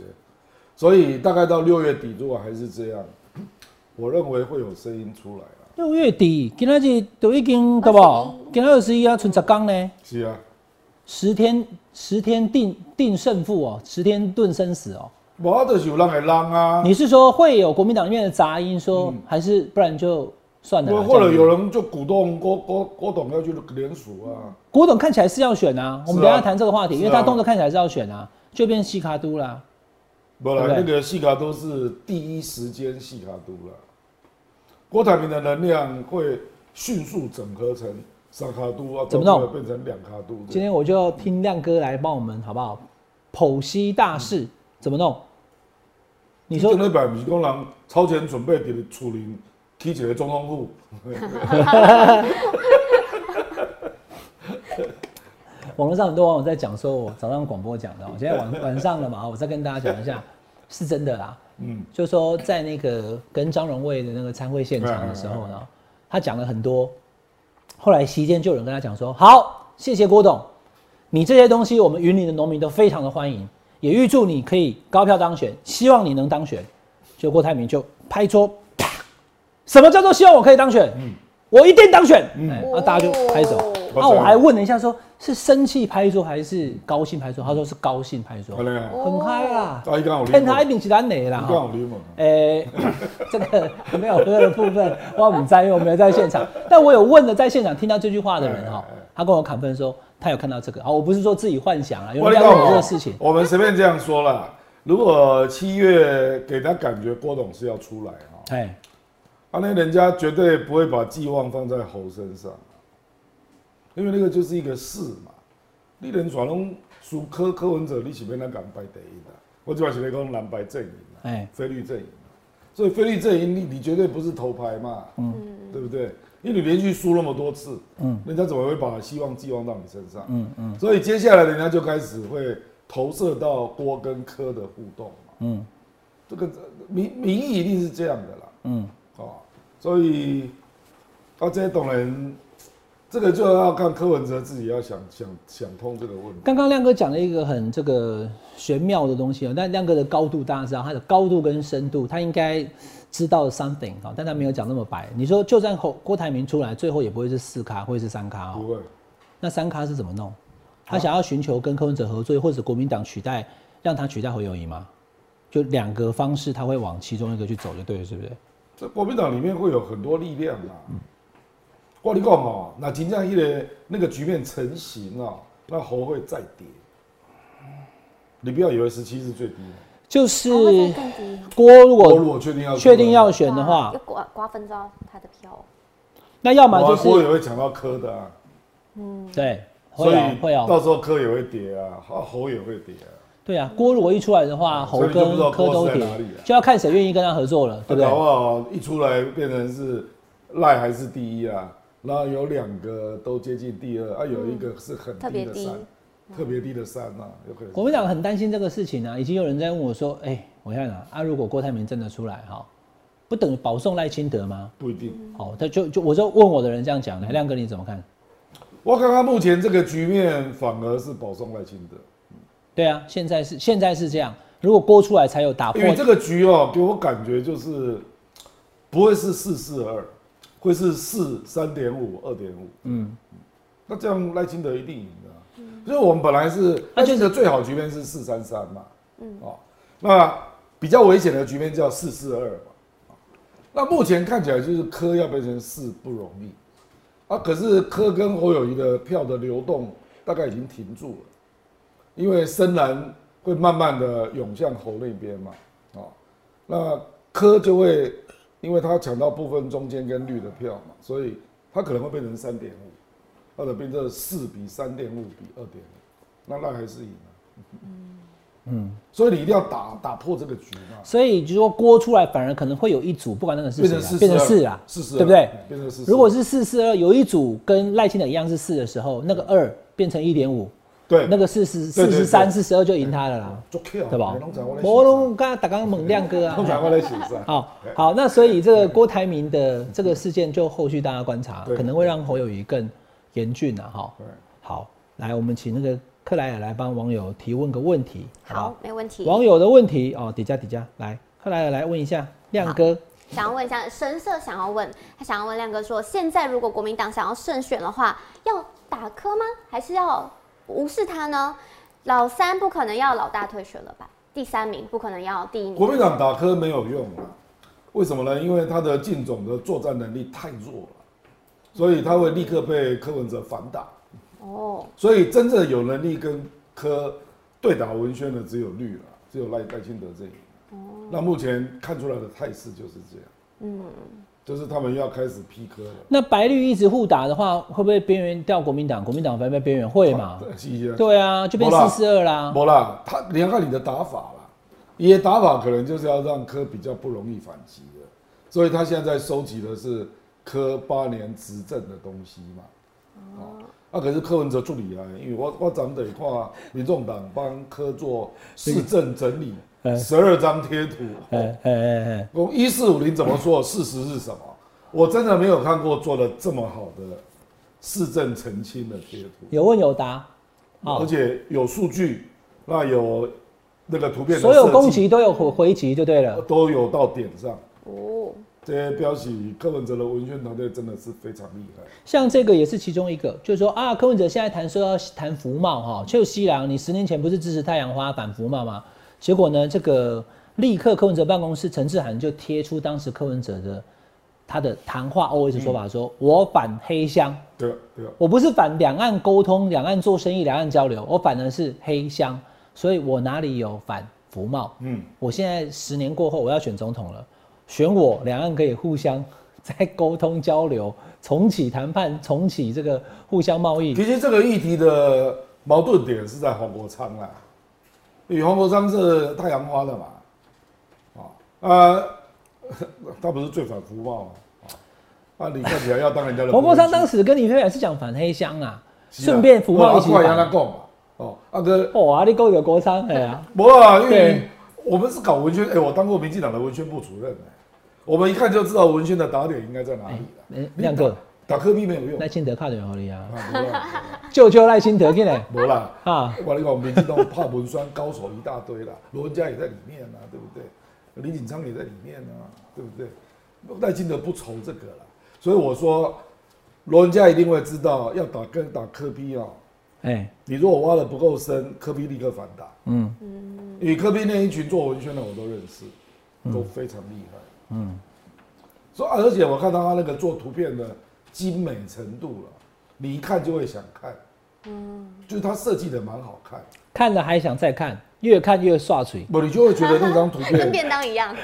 所以大概到六月底，如果还是这样， 我认为会有声音出来啊了。
六月底，今天是都已经对不？今天二十一啊，存十天呢，
是啊，
十天十天定定胜负哦，十天论生死哦。
我就是有人会让啊，
你是说会有国民党里面的杂音说，还是不然就算了啦？
嗯或或
这样
者
子
有人就鼓动郭郭郭董要去联署啊。
郭董看起来是要选啊，我们
是啊
等一下谈这个话题，因为
是啊
他动作看起来是要选啊，就变西卡都啦。
不啦，
对不
那
对
个戏卡都是第一时间戏卡都了。郭台铭的能量会迅速整合成三卡都啊，
怎么弄
到最后变成两卡都这样？
今天我就要听亮哥来帮我们好不好？剖析大
嗯
事怎么弄？你说
顶礼拜不是讲人超前准备伫厝里起一个总统府，
网络上很多网友在讲说，我早上广播讲的哦，我现在晚晚上了嘛，哦我再跟大家讲一下，是真的啦。
嗯，
就说在那个跟张荣卫的那个参会现场的时候呢，他讲了很多。后来席间就有人跟他讲说：“好，谢谢郭董，你这些东西我们云林的农民都非常的欢迎，也预祝你可以高票当选，希望你能当选。”就郭台铭就拍桌，啪什么叫做希望我可以当选？我一定当选，
嗯
哎啊，大家就拍手。
哦
啊，我还问了一下说是生气拍桌还是高兴拍桌，他说是高兴拍桌
好，嘞，啊，
很嗨啦，
伊刚有
哦骗他一啊哎定是咱的啦。
伊
哈
刚有联盟，
诶、 这个没有喝的部分，我不在，因为我没有在现场。但我有问了在现场听到这句话的人哈、
哎哎哎
他跟我砍分说他有看到这个。哦好，我不是说自己幻想啊，有
我
人
跟
在
你
问我这
讲哦
个事情，
我们随便这样说啦。如果七月给他感觉郭董是要出来哈，
哎，
啊，那人家绝对不会把寄望放在猴身上，因为那个就是一个事嘛。你连传拢属柯柯文哲，你是要咱敢白第一的？我主要是要讲蓝白阵营啊，
哎
菲律阵营啊。所以菲律阵营，你你绝对不是头牌嘛，对不对？因为你连续输那么多次，嗯，人家怎么会把希望寄望到你身上？嗯嗯。所以接下来人家就开始会投射到郭跟柯的互动嘛，
嗯
这个民民意一定是这样的啦。
嗯，
哦，所以啊，这些懂人，这个就要看柯文哲自己要想想想通这个问题。
刚刚亮哥讲了一个很这个玄妙的东西哦，但亮哥的高度大家知道，他的高度跟深度，他应该知道 something 哈、但他没有讲那么白。你说就算侯郭台铭出来，最后也不会是四咖，会是三咖哦
不。会，
那三咖是怎么弄？他想要寻求跟柯文哲合作，或者国民党取代，让他取代侯友谊吗？就两个方式，他会往其中一个去走，就对了，是不是？
这国民党里面会有很多力量啊。我跟你讲哦，那金正一的那个局面成型啊，那侯会再跌。你不要以为十七是最低的，
就是
还会再啊更低
郭如
我
果
如果确定要
确定要
柯
选的
哇
话
要，瓜瓜分到他的票，
那要
的
么
话，
就
我我也
是
会抢到柯的啊，
对，
所
会啊
以
会啊，
到时候柯也会跌啊，啊侯也会跌啊。
对啊，郭如果一出来的话，侯
嗯所以你就不
跟
知道
柯
郭
都
是在
跌
哪里啊，
就要看谁愿意跟他合作了，对不对
搞？不啊好一出来变成是赖还是第一啊，然后有两个都接近第二，啊，有一个是很
嗯特
低
别
的
低
山，特别低的山啊，有可能是。
国民党很担心这个事情啊，已经有人在问我说，哎、我想想啊，如果郭台铭真的出来哈，不等于保送赖清德吗？
不一定。
哦，他就就我就问我的人这样讲
嗯
的，亮哥你怎么看？
我看看目前这个局面，反而是保送赖清德，
对啊，现在是现在是这样，如果播出来才有打破
因，为这个局哦、给我感觉就是不会是四四二，会是四三点五、二点五。嗯，那这样赖清德一定赢的啊、所以我们本来是
那
赖
就是
清德最好局面是四三三嘛，嗯，哦，那比较危险的局面叫四四二嘛。那目前看起来就是柯要变成四不容易啊，可是柯跟侯友谊的票的流动大概已经停住了，因为深蓝会慢慢的涌向侯那边嘛，啊、哦，那柯就会因为他抢到部分中间跟绿的票嘛，所以他可能会变成三点五，或者变成四比三点五比二点五，那那还是赢了。嗯，所以你一定要打打破这个局嘛。
所以就是说郭出来反而可能会有一组，不管那个是谁
变成
啊，
四
变成四啊，
四十，
对不对？
变成四十。
如果是四四二，有一组跟赖清德一样是四的时候，那个二变成一点五，
对
那个四十
对
四
对
十
对
三、四十二就赢他了啦，
做 Q
对吧
通常我？来
我
写
龙刚刚打刚刚猛亮哥
上，通常我
啊。
来写上。
好好，那所以这个郭台铭的这个事件，就后续大家观察，
对
可能会让侯友谊更严峻了哈。
对，
好，来，我们请那个克莱尔来帮网友提问个问题，不
好，没问题。
网友的问题哦，底下底下来，克莱尔来问一下亮哥，
想要问一下，神社想要问，他想要问亮哥说，现在如果国民党想要胜选的话，要打磕吗？还是要无视他呢？老三不可能要老大退学了吧？第三名不可能要第一名。
国民党打科没有用啊，为什么呢？因为他的靳总的作战能力太弱了，所以他会立刻被柯文哲反打。
哦，
所以真正有能力跟柯对打文宣的只有绿了，只有赖赖清德阵营。那目前看出来的态势就是这样，嗯，就是他们要开始批柯了。
那白绿一直互打的话，会不会边缘掉国民党？国民党会不会边缘会 嘛？
是啊，
对啊，就变
没啦
四四二啦。
没啦，他你要看你的打法啦，你的打法可能就是要让科比较不容易反击的，所以他现在收集的是科八年执政的东西嘛。哦，啊，可是柯文哲助理啊，因为我我咱们得看啊民众党帮柯做市政整理
嗯
十二张贴图，
哎哎哎哎，
我一四五零怎么说？事实是什么？我真的没有看过做的这么好的市政澄清的贴图。
有问有答，好
而，且有数据，那有那个图片的
所有
设计嗯
攻击都有回回击就对了。
都有到点上，
哦，
这标题柯文哲的文宣团队真的是非常厉害。
像这个也是其中一个，就是说啊，柯文哲现在谈说要谈服贸哈，就西郎，你十年前不是支持太阳花反服贸吗？结果呢，这个立刻柯文哲办公室陈志涵就贴出当时柯文哲的他的谈话哦 OS 说法
嗯
说，我反黑箱，
对啊对，
我不是反两岸沟通、两岸做生意、两岸交流，我反的是黑箱，所以我哪里有反服贸？
嗯，
我现在十年过后我要选总统了，选我，两岸可以互相再沟通交流，重启谈判，重启这个互相贸易
其。实这个议题的矛盾点是在黄国昌啦，因为黄国昌是太阳花的嘛，啊，呃，他不是最反福报嘛，啊，啊，你看起来要当人家的
黄国昌当
时
时跟李飞也是讲反黑箱啊，顺便福报一起
快让他
反。
讲嘛，哦，阿哥，
哦，啊，你勾有国昌哎呀、
不啊，因为
对
我们是搞文宣，哎、我当过民进党的文宣部主任、哎，我们一看就知道文宣的打点应该在哪里了。
哎亮哥，
打科比没有用，
赖清德看得有你啊，
啊，没啦，
救救赖清德进来
没啦。
啊！
我跟你讲，民进党怕文酸高手一大堆啦，罗文嘉也在里面啊，对不对？李锦昌也在里面啊，对不对？赖清德不愁这个啦，所以我说，罗文嘉一定会知道要打跟打科比哦。
哎、
你如果挖的不够深，科比立刻反打。
嗯，
因为科比那一群做文宣的我都认识，都非常厉害。嗯，所以而且我看到他那个做图片的精美程度了，你一看就会想看。嗯，就是他设计的蛮好看。
看了还想再看，越看越刷嘴。
不，你就会觉得那张图
跟
片
便当一样，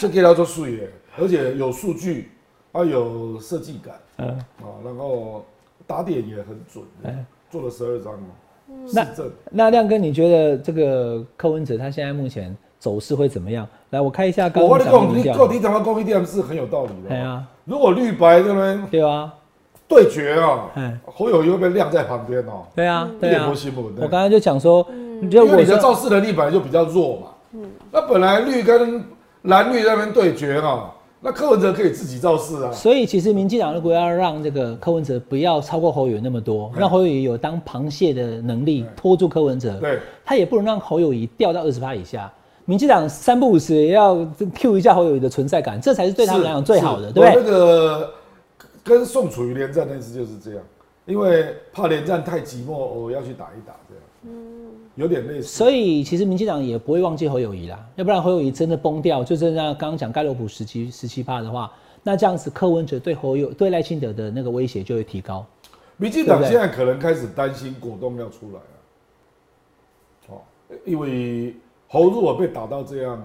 这给他做素颜，而且有数据，啊有设计感
嗯、
啊，然后打点也很准的，做了十二张嘛，市
那
政
那亮哥，你觉得这个柯文哲他现在目前走势会怎么样？来，我看一下刚
我
刚
跟你
讲的
讲，
民
你
调。
够你讲到公益店是很有道理的
哎
哦。
呀，
如果绿白在那边
对啊，
对决啊
哎，
侯友谊会被晾在旁边哦，
对啊，
一
对
点
啊
不。新闻
我
的。
刚刚就讲说，就
因为
我
你的
说
造势能力本来就比较弱嘛，那本来绿跟蓝绿在那边对决啊，那柯文哲可以自己造势啊，
所以其实民进党如果要让这个柯文哲不要超过侯友宜那么多，让侯友宜有当螃蟹的能力拖住柯文哲，
对，
他也不能让侯友宜掉到二十趴以下。民进党三不五时也要 Q 一下侯友宜的存在感，这才是对他们来讲最好的，
是
对不对？
我那个跟宋楚瑜连战那次就是这样，因为怕连战太寂寞，我要去打一打这样，有点类似。
所以其实民进党也不会忘记侯友谊啦，要不然侯友谊真的崩掉，就真的像刚刚讲盖洛普时期十七趴的话，那这样子柯文哲对侯友对赖清德的那个威胁就会提高。
民进党
对不
现
对
在可能开始担心果冻要出来了，哦，因为侯如果被打到这样，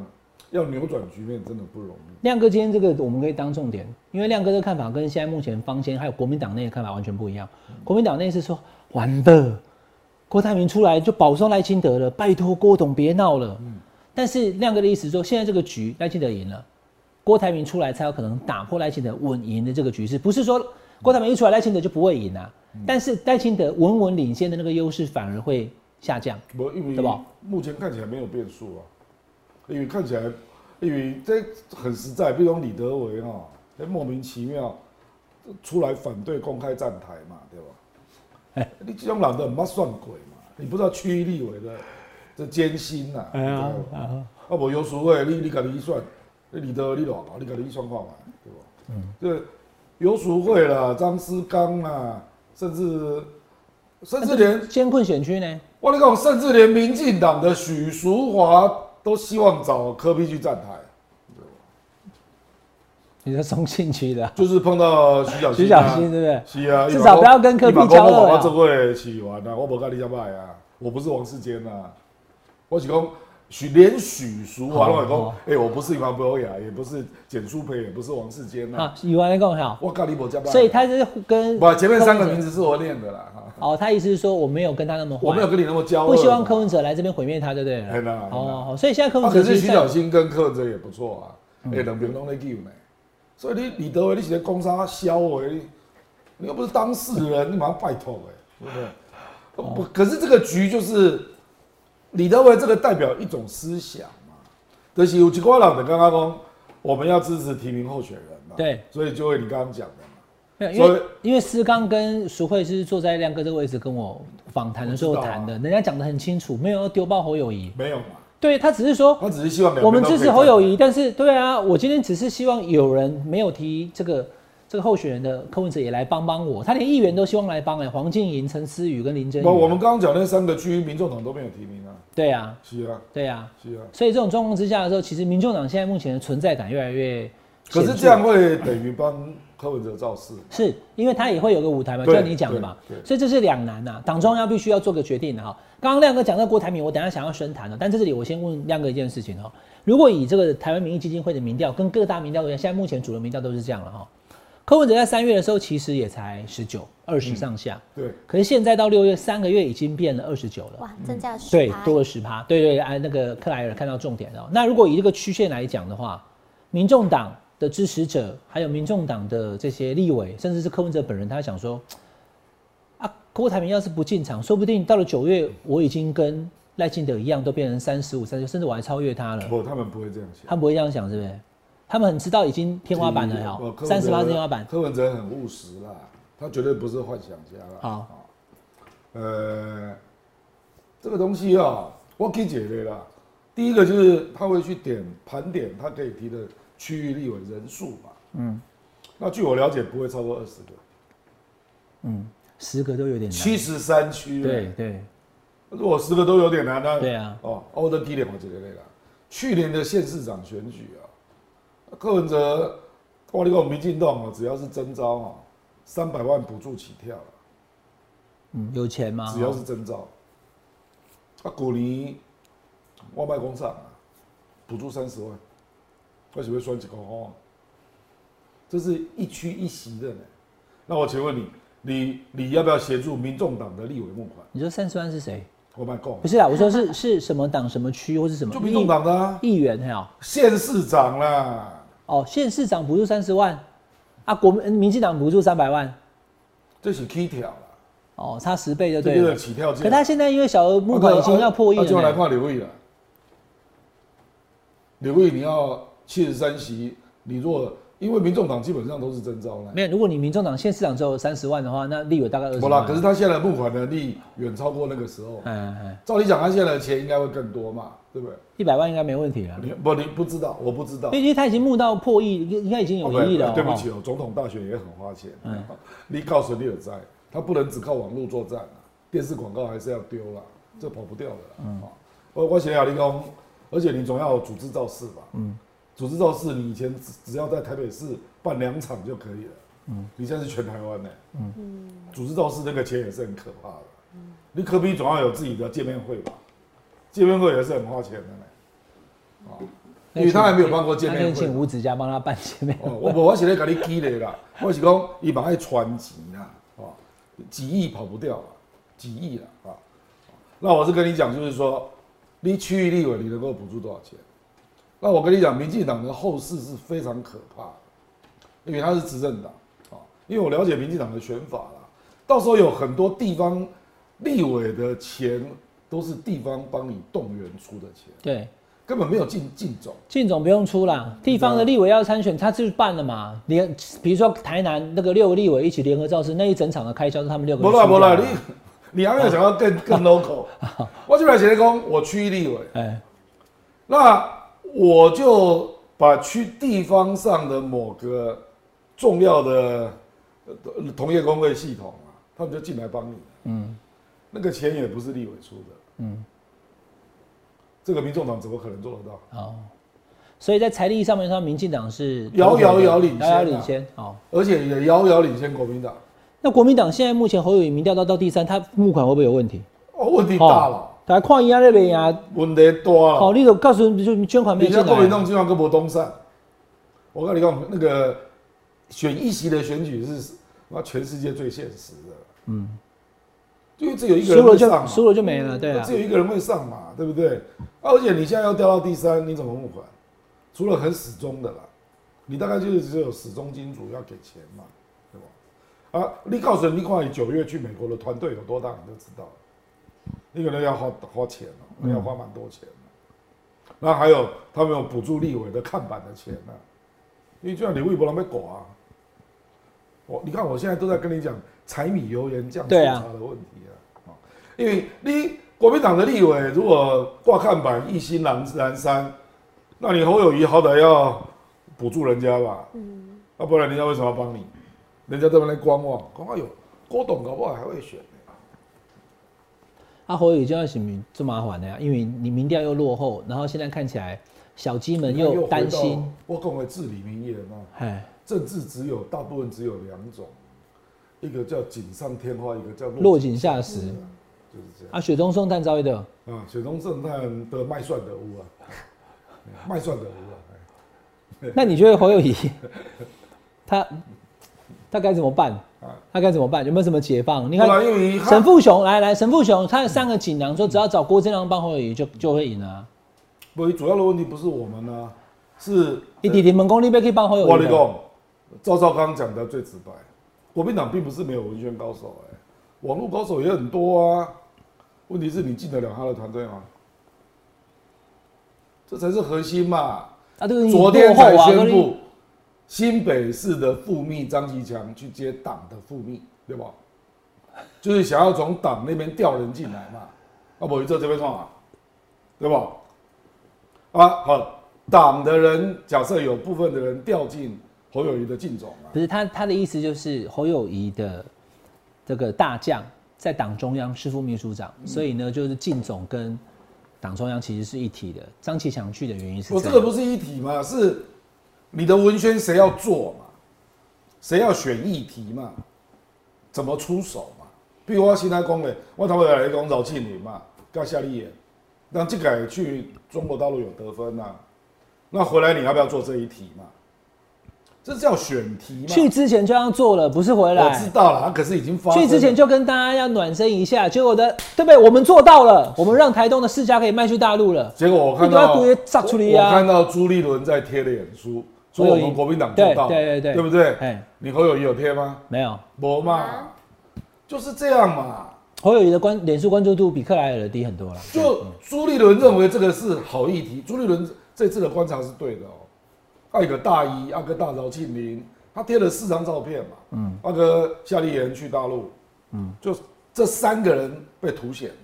要扭转局面真的不容易。
亮哥今天这个我们可以当重点，因为亮哥的看法跟现在目前坊间还有国民党内的看法完全不一样。国民党内是说完的，郭台铭出来就保送赖清德了，拜托郭董别闹了。但是亮哥的意思是说，现在这个局赖清德赢了，郭台铭出来才有可能打破赖清德稳赢的这个局势，不是说郭台铭一出来赖清德就不会赢啊。但是赖清德稳稳领先的那个优势反而会下降。
不，因
对
为
吧
目前看起来没有变数啊，因为看起来，因为这很实在，比如说李德维啊、这莫名其妙出来反对公开站台嘛，对吧？
哎
你这种懒得很怕算鬼嘛，你不知道区立委的这艰辛呐、
哎
你知道吗啊，我有所谓，你你给你算，你李德你老，你给你算看嘛，对吧？嗯，这游淑慧啦，张思刚啦，甚至甚至连
艰困选区呢？
我跟你讲，甚至连民进党的许淑华都希望找柯比去站台，
你说中信区的啊、
就是碰到徐小新、啊。
徐小新对不对？
是啊，
至少不要跟柯比交恶啊
我这会起完啊，我不跟你讲拜啊，我不是王世坚啊，我是讲许连许淑华，
好
我讲
好，
哎、我不是王博雅，也不是简淑培，也不是王世坚啊，
啊，语文来共好，
我跟你不交拜啊。
所以他是跟
不，前面三个名字是我念的啦，哈
哦，他意思是说我没有跟他那么坏，
我没有跟你那么交恶。
不希望柯文哲来这边毁灭他，对不对了？
哎那那
哦，好所以现在柯
啊，
文哲
可
其实
是徐
在嗯
小新跟柯文哲也不错啊，哎、两边拢在救呢。所以你李德伟，你写攻杀肖伟，你又不是当事人，你马上拜托哎、对不
哦
对？不，可是这个局就是李德伟这个代表一种思想嘛，就是有一挂人的刚刚讲，我们要支持提名候选人嘛，
对，
所以就会你刚刚讲的
没
嘛，
有因
所以
为因为思刚跟淑慧是坐在亮哥这个位置跟我访谈的时候
我知道啊
谈的，人家讲的很清楚，没有要丢爆侯友谊，
没有嘛，
对他只是说
他只是希望两
我们
边都
支
可以
持侯友
站
谊，但是对啊，我今天只是希望有人没有提这个这个候选人的柯文哲也来帮帮我，他连议员都希望来帮哎、黄静莹、陈思宇跟林真
台。
宇、啊
不，我们刚刚讲那三个区，民众党都没有提名啊。
对啊，
是啊，
对啊，
是啊。
所以这种状况之下的时候，其实民众党现在目前的存在感越来越显著，
可是这样会等于帮柯文哲造势。
是因为他也会有个舞台嘛，就
对
像你讲的嘛
对，对
所以这是两难呐、党中央必须要做个决定的哈。刚刚亮哥讲到郭台铭，我等一下想要深谈的，哦但在这里我先问亮哥一件事情哦。如果以这个台湾民意基金会的民调跟各大民调一样，现在目前主流民调都是这样了哈。柯文哲在三月的时候其实也才十九、二十上下，
对，
可是现在到六月三个月已经变了二十九了。
哇，增加了十
对，
趴
多了十趴。对对，哎，那个克莱尔看到重点了。那如果以这个曲线来讲的话，民众党的支持者，还有民众党的这些立委，甚至是柯文哲本人，他想说，啊，郭台铭要是不进场，说不定到了九月，我已经跟赖清德一样，都变成三十五、三十，甚至我还超越他了。
不，他们不会这样想。
他们不会这样想，是不是？他们很知道已经天花板了
哦
哟，
柯文
三
哲
十八天花板。
柯文哲很务实啦，他绝对不是幻想家啦。
好
哦，呃，这个东西啊，我可以解决啦。第一个就是他会去点盘点他可以提的区域立委人数嘛。嗯，那据我了解，不会超过二十个，
十个都有点
七
难。
十三区。
对，对
如果十个都有点难，那
对啊，
哦，欧德基点我觉得累了。去年的县市长选举啊，柯文哲，我跟你讲，民进党哦，只要是征召哦，三百万补助起跳
啊
了，
嗯，有钱吗？
只要是征召。啊，古尼外卖工厂啊，补助三十万，为什么会算几个哦？这是一区一席的呢。那我请问你，你你要不要协助民众党的立委募款？
你说三十万是谁？
我卖讲
不，是啊，我说是 是什么党什么区或是什么
就民众党的、啊、
议员还有
县市长啦。
哦，县市长补助三十万，啊，国民民进党补助三百万，
这是起跳啦，
哦，差十倍就
这
对
就是啊
了。
起跳价。
可他现在因为小额募款已经要破亿
啊就来
了呢，
看刘毅了。刘毅，你要七十三席，你若因为民众党基本上都是征召呢，
没有，如果你民众党县市长只有三十万的话，那立委大概二十
不啦。
万。
可是他现在的募款能力远超过那个时候，
嗯，嗯，
照理讲他现在的钱应该会更多嘛，对不对？
一百万应该没问题了，
你不你不知道，我不知道
因。为他已经募到破亿，应应该已经有一亿了、哦。
对不起哦，总统大选也很花钱。啊你告诉你有在，他不能只靠网络作战啊，电视广告还是要丢啦，这跑不掉的啦。嗯，我我写了你讲，而且你总要有组织造势吧？嗯，组织造势，你以前只只要在台北市办两场就可以了。嗯，你现在是全台湾呢、嗯组织造势那个钱也是很可怕的。你可比总要有自己的见面会吧？见面会也是很花钱的呢、
那
因为他还没有
请
办过见面
那就
会
请吴子嘉帮他办见面会。
哦，我无我是咧甲你积累啦，我是讲伊嘛爱传钱啦，哦，几亿跑不掉啦，几亿啦啊、那我是跟你讲，就是说，你区域立委你能够补助多少钱？那我跟你讲，民进党的后事是非常可怕的，因为他是执政党啊、因为我了解民进党的选法啦，到时候有很多地方立委的钱都是地方帮你动员出的钱，
对，
根本没有进进总。
靳总不用出啦，地方的立委要参选，他就是办了嘛。联，比如说台南那个六个立委一起联合造势，那一整场的开销是他们六个
不
人出
啦
掉的。
不啦，你你还没有想到 更更 local。我这边写的工，我区域立委，
哎，
那我就把区地方上的某个重要的呃同业工会系统啊，他们就进来帮你。嗯，那个钱也不是立委出的。嗯，这个民众党怎么可能做得到？
哦，所以在财力上面说，民进党是
遥遥遥领先啊
遥遥领先。哦，
而且也遥遥领先国民党。
那国民党现在目前侯友宜民调到到第三，他募款会不会有问题？
哦，问题大了，
大家看一下那边啊，
问题大了。
哦，你都告诉你就捐款没
你
有进
家国民
来
党
啊，
今晚跟无东散，我跟你讲，那个选一席的选举是那全世界最现实的。嗯，因为只有一个
输
人
了
会上
就
嘛，
输了就没了，对啊
只。有一个人会上嘛，对不对？啊而且你现在要掉到第三，你怎么募款？除了很始终的啦，你大概就是只有始终金主要给钱嘛，对吧？啊，你告诉你，你看你九月去美国的团队有多大，你就知道了。你可能要花花钱了、你
嗯
要花蛮多钱了、那还有他们有补助立委的看板的钱呢、因为就像你微博上面搞啊，我你看我现在都在跟你讲柴米油盐酱醋
对啊
哦茶的问题啊，啊因为你国民党的立委如果挂看板一心蓝蓝山，那你侯友谊好歹要补助人家吧，
嗯，
要、不然人家为什么要帮你？人家在那边观望，观望有郭董搞不好还会选呢、
阿侯已经要什么这么麻烦的呀？因为你民调又落后，然后现在看起来小鸡们又
回
担
到
心，
我讲的治理民意了嘛，
哎，
政治只有大部分只有两种，一个叫锦上添花，一个叫
落
落井，
井下石
嗯就是这样
啊！雪中送炭遭遇的，
啊。雪中圣探的卖蒜的屋啊， 卖蒜的屋啊，哎
那你觉得侯友 谊他他该怎么办
啊？
他该怎么办？有没有什么解放？你
不
看
然因为他
沈富雄，来来，沈富雄，他的三个锦
嗯
囊说只要找郭正亮帮侯友谊就就会赢啊！
不，主要的问题不是我们啊，是
一弟弟们功力被可以帮侯友啊
我
谊
跟
的，
你讲，赵少康讲的最直白，国民党并不是没有文宣高手、哎，网络高手也很多啊。问题是你进得了他的团队吗？这才是核心嘛。
啊，这个
昨天才宣，
落后啊
布，新北市的副秘张其强去接党的副秘，对吧？就是想要从党那边调人进来嘛，啊，不，这这边创啊，对吧？啊，好，党的人假设有部分的人调进侯友谊的进总啊，
不是他他的意思就是侯友谊的这个大将在党中央是副秘书长，
嗯
所以呢就是靳总跟党中央其实是一体的。张其强去的原因是
我
这
这
个
个不是一体嘛，是你的文宣谁要做嘛，谁要选议题嘛，怎么出手嘛？比如我现在讲的，我头尾来讲饶庆林嘛，跟夏立言，让这个去中国大陆有得分呐、那回来你要不要做这一题嘛？这叫选题嘛？
去之前就要做了，不是回
我知
来。
道了，可是已经发生
去
了
之前就跟大家要暖身一下，结果的对不对？我们做到了，我们让台东的世家可以卖去大陆了。
结果我看
你就要
到，
故意炸出来啊
我看到朱立伦在贴脸书，说我
侯友
们
宜
国民党做到，
对对对对
对不对
哎？
你侯友谊有贴吗？
没有，
没嘛，
嗯
就是这样嘛。
侯友谊的关脸书关注度比克莱尔的低很多了。
就朱立伦认为这个是好议题，朱立伦这次的观察是对的哦。还有一个大一，阿个大饶庆林，他贴了四张照片嘛，嗯，阿个夏立言去大陆，嗯，就这三个人被凸显了，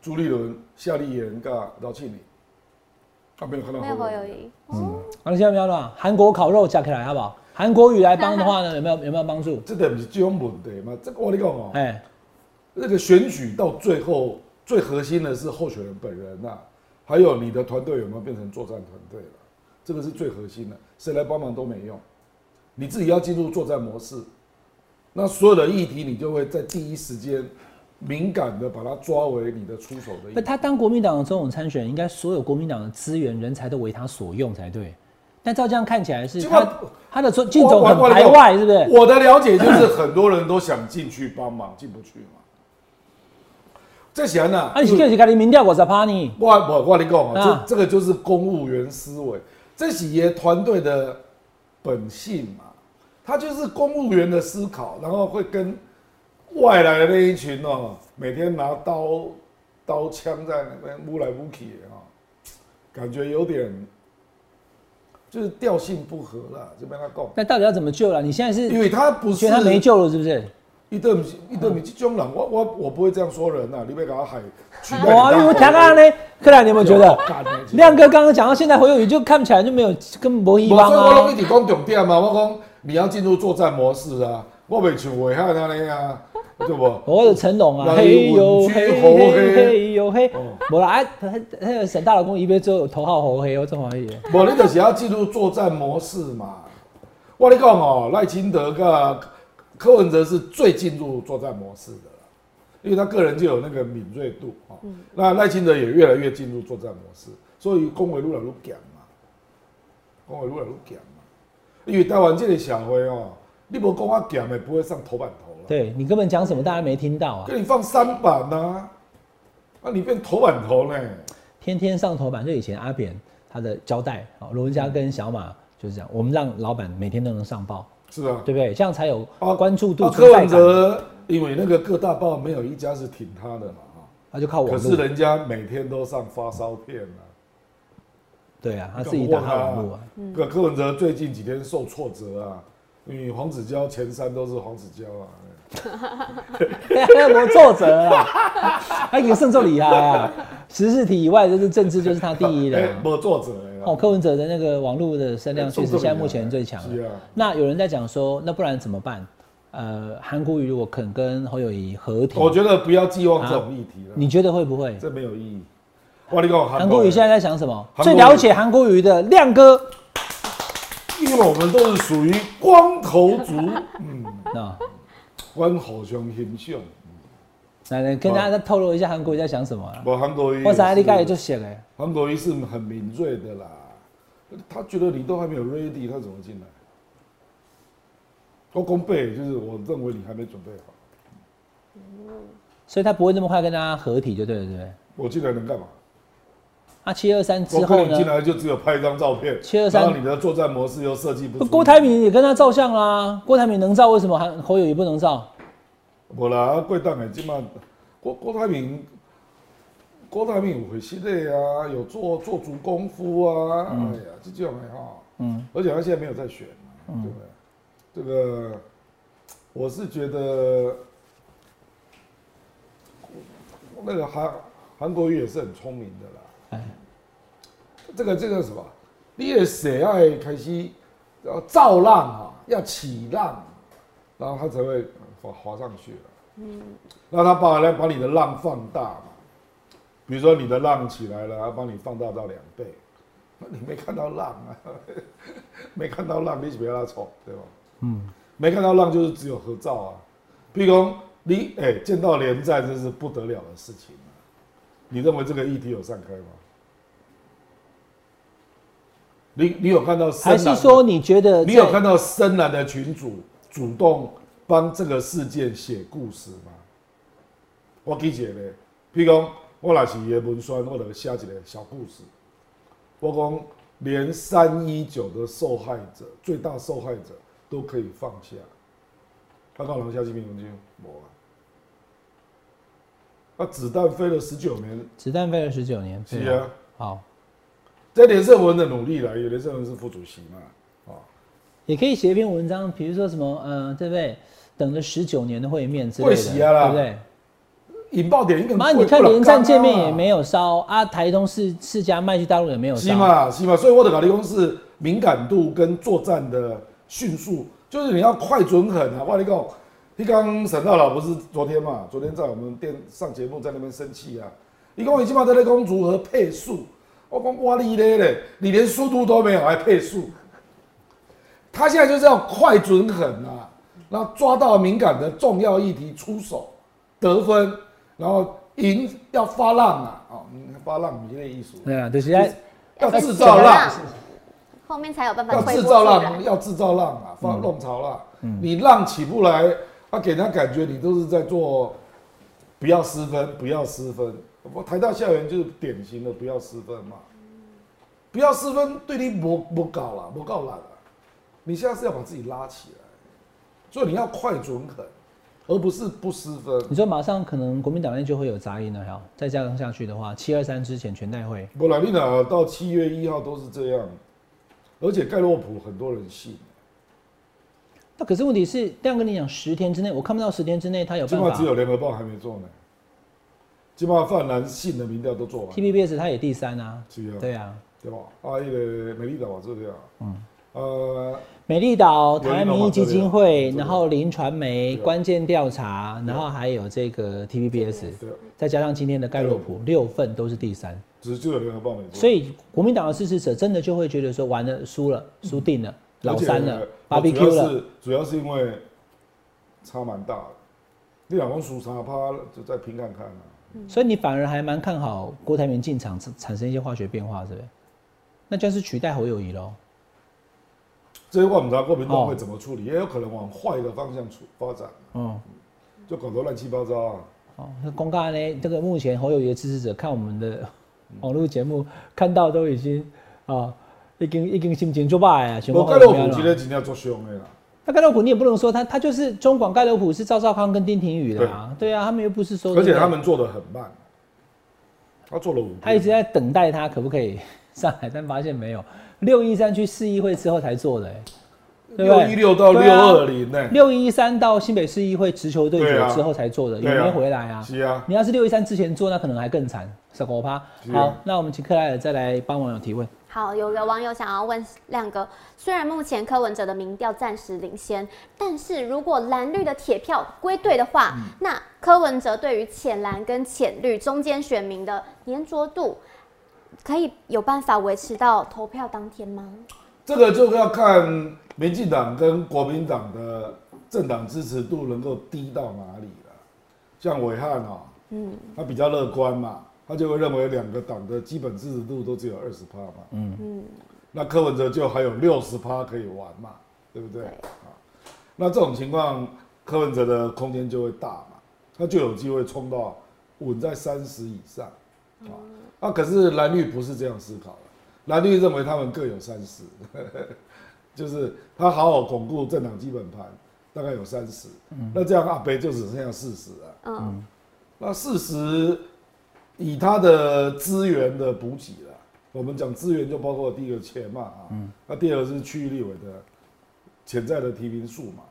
朱立伦、夏立言跟饶庆林，他、没有看到
没有侯哦友
谊
谊，
而且没有啦，韩国烤肉加起来好不好？韩国语来帮的话呢，有没有有没有帮助？
这个不是这种问题嘛？这个我跟你讲哦，
哎、
那个选举到最后最核心的是候选人本人呐、啊还有你的团队有没有变成作战团队了，这个是最核心的，谁来帮忙都没用，你自己要进入作战模式，那所有的议题你就会在第一时间敏感的把它抓为你的出手的议
那
题。
他当国民党的总统参选，应该所有国民党的资源、人才都为他所用才对。但照这样看起来是
结
他
果
他的总靳总
我
很
我
排外，是不是？
我的了解就是很多人都想进去帮忙，进不去嘛。这显然啊
啊，你是就是家己民调五十趴呢？
我我我跟你讲哦，
啊
这这个就是公务员思维，这是爷团队的本性嘛，他就是公务员的思考，然后会跟外来的那一群哦，每天拿刀刀枪在那边撸来撸去的哦，感觉有点就是调性不合啦，就被他讲，
那到底要怎么救了？你现在
因
是
为他不是
觉得他没救了，是不是？
一顿不是一顿，你这种人，我我我不会这样说人啊，你别给他害，取代你
哇，
当
因为
狗
听啊呢，克莱，你有没有觉得
干的
亮哥刚刚讲到现在回有语就看起来就没有根本不一
无所
帮
以我拢
啊
一？直讲重点嘛，我讲你要进入作战模式啊，我未像伟汉安尼啊， 对不？
我有成龙啊，
哪
嘿
里
呦
有
嘿
文具猴
嘿
黑
嘿呦嘿
哦，
我啦，哎，他那个沈大老公一边之后有头号猴黑，我这么怀疑。
无你就是要进入作战模式嘛。我跟你讲哦，赖清德跟柯文哲是最进入作战模式的啦，因为他个人就有那个敏锐度啊、哦那赖清德也越来越进入作战模式，所以恭维越来越强嘛，恭维越来越强嘛。因为台湾这个社会哦，你无讲我强的，不会上头版头了。
对你根本讲什么大家没听到啊？
给你放三板呐、啊，那、你变头版头呢？
天天上头版，就以前阿扁他的交代，好，罗文佳跟小马就是这样，我们让老板每天都能上报，
是啊，
对不对？这样才有
啊
关注度、
啊
存
柯
在
文
感。
哲因为那个各大报没有一家是挺他的嘛啊，
他就靠
可
网
是
络，
人家每天都上发烧片啊，
对啊，他自己打他网络啊。
可柯文哲最近几天受挫折啊，因为黄子佼前三都是黄子佼啊，哎
我作者啊，他也胜作厉害啊！时事题以外，就是政治就是他第一的。
哎没作者哎
哦，柯文哲的那个网络的声量确实现在目前最强。
是啊
那有人在讲说，那不然怎么办？呃，韩国瑜如果肯跟侯友谊合体，
我觉得不要寄望这种议题了，
你觉得会不会？
这没有意义。我跟你讲，
啊韩国瑜现在在想什么？
韩国
最
瑜
了解韩国瑜的亮哥，
在，因为我们都是属于光头族，嗯
那
阮互相欣赏。
来来跟大家透露一下韩国瑜在想什么啊？
我韩国瑜也是，
我在你盖就写嘞，
韩国瑜是很敏锐的啦，他觉得你都还没有 ready，他怎么进来？我公背就是我认为你还没准备好，
所以他不会那么快跟大家合体，就对了，对不对？
我进来能干嘛？
啊，七二三之
我
后
跟你
呢
进？来就只有拍一张照片，
723
然后你的作战模式又设计不
不
出。
郭台，铭也跟他照相啦，郭台铭能照，为什么韩侯友谊不能照？
无啦，贵党诶，即嘛郭郭台铭，郭台铭有回室内啊，有做做足功夫啊，哎呀，这种的哈，
嗯，
而且他现在没有在选嘛，对不对？这个我是觉得那个韩韩国瑜也是很聪明的啦。
哎，
这个这个什么，你的水要开始要造浪啊，要起浪，然后它才会滑滑上去嗯，那它把来把你的浪放大嘛，比如说你的浪起来了，它帮你放大到两倍，那你没看到浪啊， 没看到浪，你是不要丑，对吧？
嗯，
没看到浪就是只有合照啊。譬如说你哎、见到连战，这是不得了的事情、啊、你认为这个议题有散开吗？你你有看到深
还
蓝
是说你觉得
啊你有
在
看到深蓝的群主主动帮这个事件写故事吗？我记者咧，譬如讲，我若是叶文宣，我就写一个小故事。我讲，连三一九的受害者，最大受害者都可以放下。啊他告人下这篇文章，无啊。啊，子弹飞了十九年，
子弹飞了十九年？
是
对
啊
啊，。好，
这连胜文的努力来源，连胜文是副主席嘛，啊、
也可以写一篇文章，比如说什么，呃，对不对？等了十九年的会面之类
会
的，
死啊啦
对不对？
引爆点一个。
妈，你看连战见面也没有烧啊，台东世世家卖去大陆也没有
是
烧，
嘛是嘛，所以我的考虑公是敏感度跟作战的迅速，就是你要快准狠啊！我跟你讲，你刚沈大佬不是昨天嘛？昨天在我们电上节目在那边生气啊！你讲你起码在那讲如何配速，我讲哇你嘞嘞，你连速度都没有还配速，他现在就是要快准狠啊，然后抓到敏感的重要议题出手得分，然后赢要发浪啊！哦，嗯发浪迷类艺术。
对啊，就是在
要制造浪，
后面才有办法
要
推
制
波
造
助
浪，
澜。
要制造浪啊，放弄潮浪。你浪起不来，他、给他感觉你都是在做，不要失分，不要失分。我台大校园就是典型的不要失分嘛，不要失分对你不不搞了，不搞烂了。你现在是要把自己拉起来，所以你要快准狠，而不是不失分。
你说马上可能国民党内就会有杂音了哈，再加上下去的话，七二三之前全代会，
不然你哪到七月一号都是这样，而且盖洛普很多人信，
那可是问题是，亮哥你讲十天之内，我看不到十天之内他有
起
办
码
法。
只有联合报还没做呢，起码泛蓝信的民调都做完，
T B B S 他也第三啊，
是啊，
对啊，
对吧？啊，那个美丽岛啊，这个啊，嗯，呃，
美丽岛、
有
台湾民意基金
有
会，
有
然后林传媒、
有有
关键调查，然后还有这个 T V B S，
对啊，
再加上今天的盖洛普，六份都是第三，
只只有联合报没做，
所
以
以国民党的支持者真的就会觉得说，完了，输了，输定了，老三了，BBQ 了，，
呃主要是因为差蛮大的，你老公输三趴就再拼看看啊，
所以你反而还蛮看好郭台铭进场产产生一些化学变化，是不是？那就是取代侯友谊喽。
这些我们知道国民
哦
党会怎么处理，也有可能往坏的方向处发展，啊
嗯，
就搞得乱七八糟啊。
哦，那公告呢？这个目前侯友谊的支持者看我们的
嗯
网络节目，看到都已经啊，已经已经心情就败啊，想
我
说
盖洛普今天今天做凶的啦，
那盖洛普你也不能说他，他就是中广盖洛普是赵少康跟丁廷宇的啊，对啊，他们又不是说，
而且他们做的很慢，他做了五天，
他一直在等待他可不可以上来，但发现没有，六一三去市议会之后才做的、欸，对不
六一
对？
六到
对
六
啊
二零呢？
六一三到新北市议会直球对
对
决
啊
之后才做的，也
对啊
没回来啊。
是啊，
你要是六一三之前做，那可能还更惨，十五趴。
是
好，那我们请克莱尔再来帮网友提问。
好，有个网友想要问亮哥，虽然目前柯文哲的民调暂时领先，但是如果蓝绿的铁票归队的话，那柯文哲对于浅蓝跟浅绿中间选民的粘着度，可以有办法维持到投票当天吗？
这个就要看民进党跟国民党的政党支持度能够低到哪里了。像伟汉哦，
嗯，
他比较乐观嘛，他就会认为两个党的基本支持度都只有二十趴嘛，嗯
嗯
那柯文哲就还有六十趴可以玩嘛，对不对？
对
啊，那这种情况，柯文哲的空间就会大嘛，他就有机会冲到稳在三十以上
嗯
啊。那、可是蓝绿不是这样思考的，蓝绿认为他们各有三十，就是他好好巩固政党基本盘，大概有三十、那这样阿北就只剩下四十啊。
嗯
那事实以他的资源的补给了，我们讲资源就包括第一个钱嘛啊，那第二个是区域立委的潜在的提名数嘛，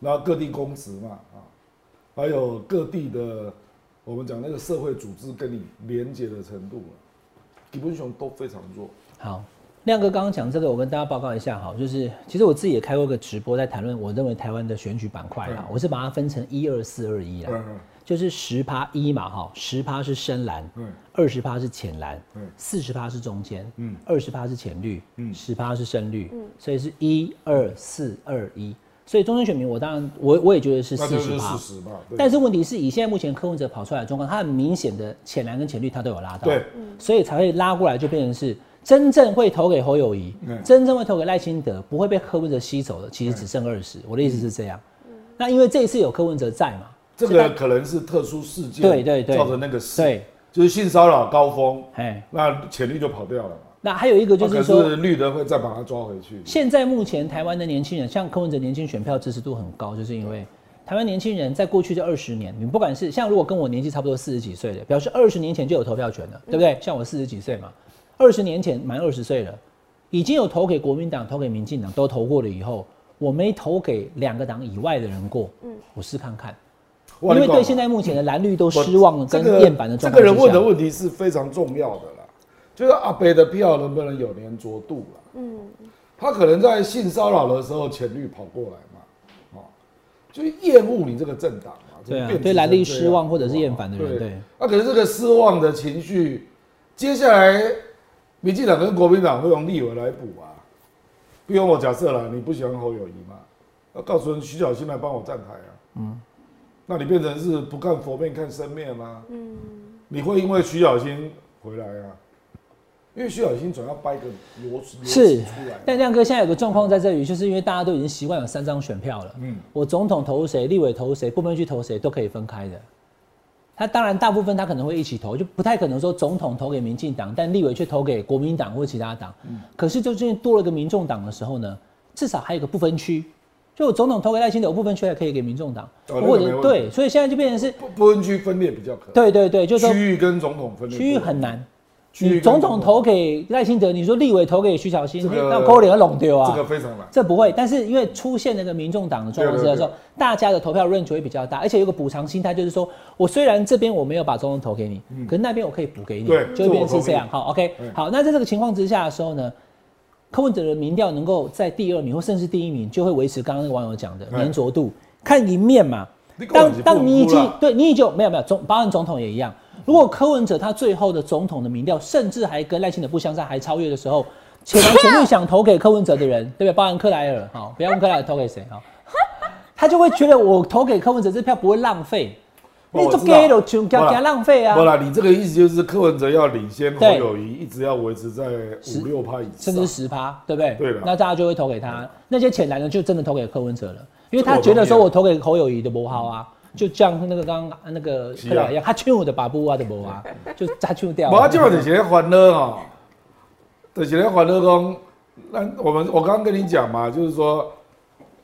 然后各地公职嘛啊，还有各地的我们讲那个社会组织跟你连接的程度了，基本上都非常弱。
好，亮哥刚刚讲这个，我跟大家报告一下哈，就是其实我自己也开过一个直播，在谈论我认为台湾的选举板块啦，
嗯
我是把它分成一二四二一啦，
嗯
就是十趴一嘛哈，十趴是深蓝，
嗯
二十趴是浅蓝
嗯，
四十趴是中间，
嗯
二十趴是浅绿，
嗯
十趴是深绿
嗯，
所以是一二四二一，所以中间选民我当然我我也觉得是
那
四
就
十
是
趴
事。实嘛。对
但是问题是以现在目前柯文哲跑出来的状况，他很明显的浅蓝跟浅绿他都有拉到，
对，
所以才会拉过来，就变成是真正会投给侯友谊，
嗯
真正会投给赖清德，不会被柯文哲吸走的，其实只剩二十、我的意思是这样。那因为这一次有柯文哲在嘛，
这个可能是特殊事件，
对对对
造成那个事，
对，
就是性骚扰高峰，
哎，
那潜力就跑掉了嘛。
那还有一个就
啊可
是说，
是绿的会再把它抓回去。
现在目前台湾的年轻人，像柯文哲年轻选票支持度很高，就是因为台湾年轻人在过去这二十年，你不管是像如果跟我年纪差不多四十几岁的，表示二十年前就有投票权了，对不
嗯
对？像我四十几岁嘛，二十年前满二十岁了，已经有投给国民党、投给民进党都投过了以后，我没投给两个党以外的人过，
嗯
我试看看，因
哇
为
你懂
对
吗
现在目前的蓝绿都失望
这
跟
个
厌烦的状
这
况
个
之下，
人问的问题是非常重要的啦，就是阿北的票能不能有粘着度啦？
嗯，
他可能在性骚扰的时候浅绿跑过来嘛，哦，就是厌恶你这个政党嘛，
对啊
怎么变成
对蓝绿
这样
失望或者是厌烦的人对
对，那、啊可是这个失望的情绪，接下来民进党跟国民党会用立委来补啊，比如我假设了你不喜欢侯友谊嘛，那告诉人徐小新来帮我站台啊，嗯，那你变成是不看佛面看僧面啦、
嗯，
你会因为徐小新回来啊，因为徐小新总要掰个逻辑逻
是
辑出来嘛，
但亮哥现在有个状况在这里，就是因为大家都已经习惯有三张选票了。嗯
嗯，
我总统投谁，立委投谁，部分去投谁都可以分开的。他当然大部分他可能会一起投，就不太可能说总统投给民进党，但立委却投给国民党或其他党。
嗯
可是就最近多了个民众党的时候呢，至少还有个不分区，就我总统投给赖清德，我不分区还可以给民众党，
哦那个
或
没
者
问题
对，所以现在就变成是，
不不分区分裂比较可能。
对对对，就是说
区域跟总统分裂，
区域很难。
区
你
域跟
总统投给赖清德，你说立委投给徐小新，
这个
那勾脸拢丢啊！
这个非常难。
这不会，但是因为出现那个民众党的状况之下的时候
对对，
大家的投票 range 会比较大，而且有个补偿心态，就是说我虽然这边我没有把总统投给你，可是那边我可以补给你，
嗯对
就会变
这我同
成
意
是这样。好，OK，
嗯
好，那在这个情况之下的时候呢，柯文哲的民调能够在第二名或甚至第一名，就会维持刚刚那个网友讲的
嗯
粘着度，看一面嘛。
你根本
当
就不
当你已
哭
经
啦
对你已经有没有没有总，包含总统也一样。如果柯文哲他最后的总统的民调，甚至还跟赖清德不相上，还超越的时候，且男前女想投给柯文哲的人， 对不对？包含克莱尔，好，不要问克莱尔投给谁哈，他就会觉得我投给柯文哲这票不会浪费，
哦
你
我
就
知道
给了就给他浪费啊
不，啦，你这个意思就是柯文哲要领先侯
对
友谊，一直要维持在五六趴以上，
甚至十趴，对不对？
对啦
那大家就会投给他，那些浅蓝的就真的投给柯文哲了，因为
这个
他
我
觉得
同意
说
啊
我投给侯友谊的不好啊。就像那个刚刚那个
是啊
克莱尔一样，他去我的把布啊的不 啊，就他去掉了。
我这就是咧欢乐哦，就是咧欢乐讲，那我们我刚刚跟你讲嘛，就是说，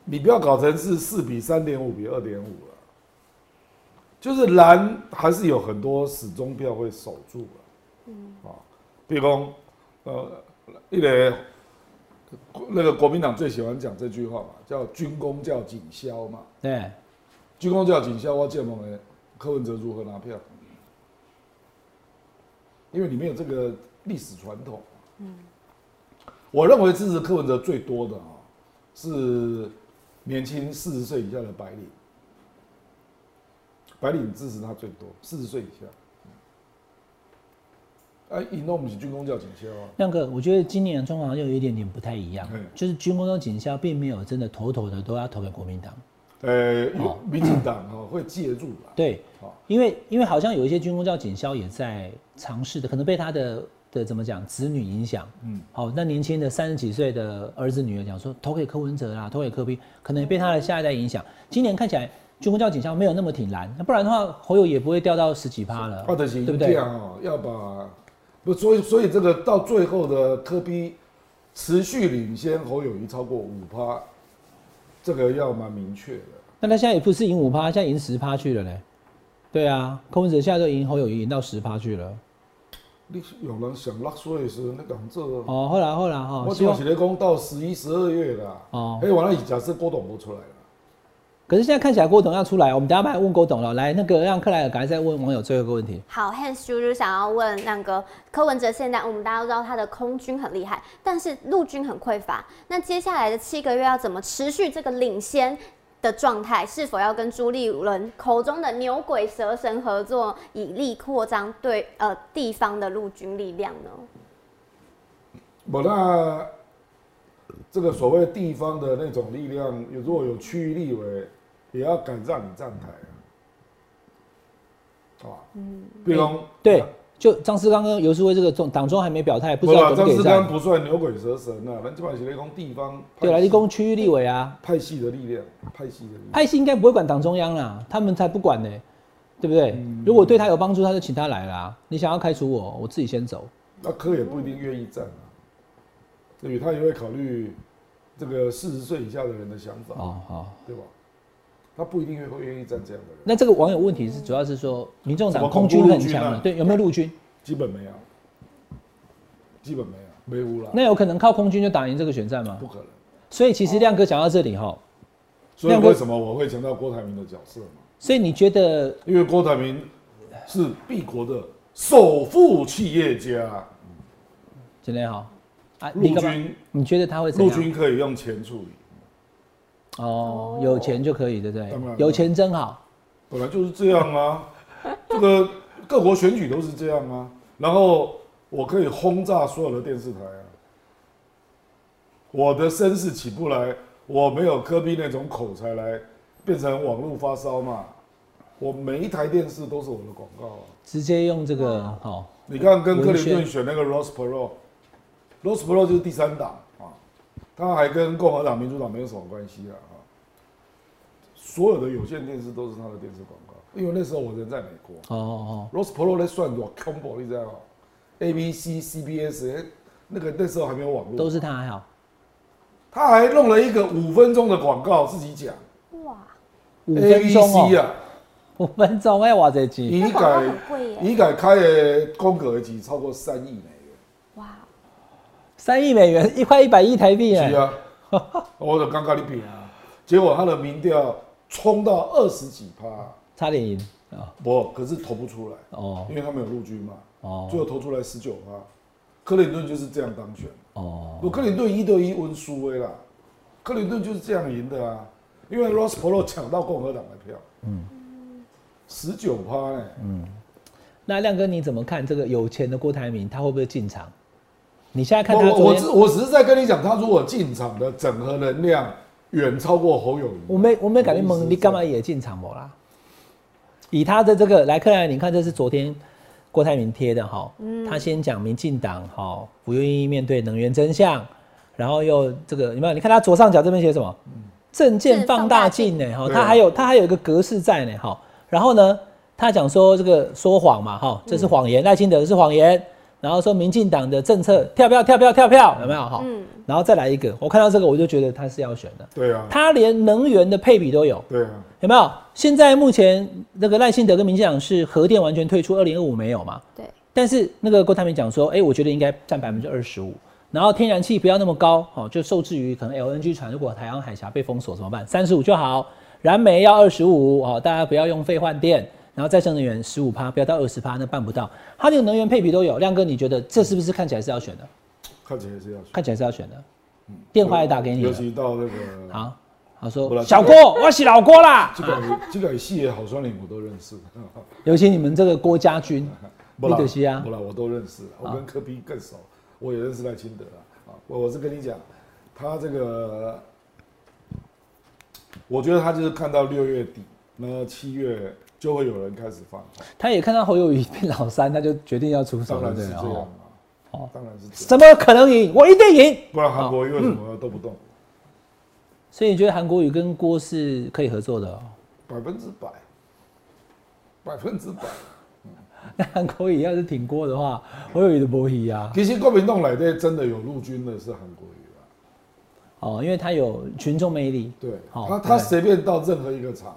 你不要搞成是四比三点五比二点五了，就是蓝还是有很多始终票会守住了，嗯，啊，比如讲，呃，一个那个国民党最喜欢讲这句话嘛，叫军工叫警消嘛，
对，
军工叫警消，我见我们柯文哲如何拿票，因为你没有这个历史传统。嗯，我认为支持柯文哲最多的啊、是年轻四十岁以下的白领，白领支持他最多，四十岁以下。哎、引动我们是军工叫警消啊。
亮哥，我觉得今年中华又有一点点不太一样
嗯，
就是军工跟警校并没有真的妥妥的都要投给国民党，
呃
哦，
民进党哈会介入啦。啊
对
好，
因为因为好像有一些军工教警校也在尝试的，可能被他的的怎么讲子女影响，嗯
嗯，
好，那年轻的三十几岁的儿子女儿讲说投给柯文哲啦，投给柯 P，可能也被他的下一代影响。今年看起来军工教警校没有那么挺蓝，那不然的话侯友也不会掉到十几趴了，
啊，的是
对不
这
对？
样哦，要把不，所以所以这个到最后的科比持续领先侯友谊超过五趴，这个要蛮明确的。
那他现在也不是赢五趴，现在赢十趴去了嘞，对啊，柯文哲现在都赢侯友宜赢到十趴去了。
你有人想落水的时候，你讲这个，
哦，后来后来哈，
我
希
讲
望
是咧讲到十一、十二月啦。
哦
哦，哎，完了，假设郭董不出来了，
可是现在看起来郭董要出来，我们等一下来问郭董了。来，那个让克莱尔赶快再问网友最后一个问题。
好，Hans 就是想要问那个柯文哲，现在我们大家都知道他的空军很厉害，但是陆军很匮乏。那接下来的七个月要怎么持续这个领先的状态？是否要跟朱立伦口中的牛鬼蛇神合作，以力扩张对呃地方的陆军力量呢？
我那这个所谓地方的那种力量，有如果有区域立委，也要敢让你站台啊，啊，嗯，比如说
对，就张思刚跟游淑慧这个中党中还没表态，不
不
知道
啦，
怎么
张
给
志刚
战。
不算牛鬼蛇神啊，咱基本上是讲地方派系
对了，立功区域立委啊，
派系的力量，派系的力量。
派系应该不会管党中央啦，他们才不管呢、对不对？
嗯
如果对他有帮助，他就请他来啦。你想要开除我，我自己先走。
那柯也不一定愿意站啊，对，他也会考虑这个四十岁以下的人的想法，
哦，好。
对吧？他不一定会愿意站这样的人，
那这个网友问题是主要是说，民众
怎
党
么
空
巩固
军
陆
很
军
强
啊
了，对，有没有陆军？
基本没有，基本没有，没无啦，
那有可能靠空军就打赢这个选战吗
不？可能。
所以其实亮哥讲到这里哈，
所以
亮哥
为什么我会强调郭台铭的角色嘛？
所以你觉得
因为郭台铭是帝国的首富企业家，
今天好啊，
陆
你干嘛？
军
你觉得他会怎
陆
样？
军可以用钱处理，
哦，有钱就可以，对不对
当然？
有钱真好。
本来就是这样啊，这个各国选举都是这样啊。然后我可以轰炸所有的电视台啊，我的身世起不来，我没有科比那种口才来变成网络发烧嘛。我每一台电视都是我的广告啊。
直接用这个哦，
你看跟克
文
林
宣
顿选那个 Rose Pro，Rose Pro 就是第三党啊，他还跟共和党、民主党没有什么关系啊啊。所有的有线电视都是他的电视广告，因为那时候我人在美国
哦哦，
，Rose Pro 在算我 combo 你知道吗？ABC、CBS 哎那个那时候还没有网
哦
络，
都是他还好。
他还弄了一个五分钟的广告自己讲
哇，
五分钟
，ABC
哦，
啊，
五分钟哎，哇这集
医
那广告
改
很贵耶！
医改开的空格已经超过三亿美元。
哇，
三亿美元，一块一百亿台币哎
是，啊，我就刚跟你比啊，结果他的民调冲到二十几趴，
差点赢啊！
不，可是投不出来，
哦
因为他们有陆军嘛，最
哦
后投出来十九趴。克林顿就是这样当选，
哦，
我克林顿一对一温苏威啦，克林顿就是这样赢的啊，因为 Ross Perot 抢到共和党的票，嗯，十九趴呢，
那亮哥你怎么看这个有钱的郭台铭，他会不会进场？你现在看他
我
昨
我我只
天，
我只是在跟你讲，他如果进场的整合能量远超过侯友谊，
我没我没感觉
我
蒙，
意思
你
是
干嘛也进场不啦？以他的这个来克莱尔，你看这是昨天郭台铭贴的哈，他先讲民进党哈不愿意面对能源真相，然后又这个有没有？你看他左上角这边写什么？证件放大镜呢？哈，
对啊
他还有他还有一个格式在呢哈。然后呢，他讲说这个说谎嘛哈，这是谎言，赖清德是谎言。然后说民进党的政策跳票跳票跳票有没有哈？
嗯
然后再来一个，我看到这个我就觉得他是要选的，
对啊，
他连能源的配比都有。
对啊，
有没有？现在目前那个赖幸德跟民进党是核电完全退出，二零二五没有嘛？
对，
但是那个郭台铭讲说，哎、我觉得应该占百分之二十五。然后天然气不要那么高，哦，就受制于可能 LNG 船如果台湾海峡被封锁怎么办？三十五就好，燃煤要二十五，哦，大家不要用废换电，然后再生能源十五趴，不要到二十趴，那办不到。它这个能源配比都有，亮哥你觉得这是不是看起来是要选的？
看起来是要选
看起来是要选的，电话也打给你
嗯尤
了，
其到那个
好，他
不
说
然
小
这
郭
个，
我是老郭啦。
这个这个戏好酸脸我都认 识，
尤其你们这个郭家 军，你可惜啊
不，啦，我都认识，我跟柯比更熟，我也认识赖清德啊。啊我我是跟你讲，他这个，我觉得他就是看到六月底，那七月就会有人开始放话，
他也看到侯友谊变老三，他就决定要出手
当
了，
然
对
是
不
这
对
样
哦
啊，
哦
当然是这样，
怎么可能赢？我一定赢。
不然韩国为什么都不动？
所以你觉得韩国瑜跟郭是可以合作的、哦？
百分之百，百分之百。
嗯那韩国瑜要是挺郭的话，侯友谊的博弈啊，
其实国民党内底真的有陆军的是韩国瑜啊，
哦，因为他有群众魅力，
对，
好
他他
对
随便到任何一个场，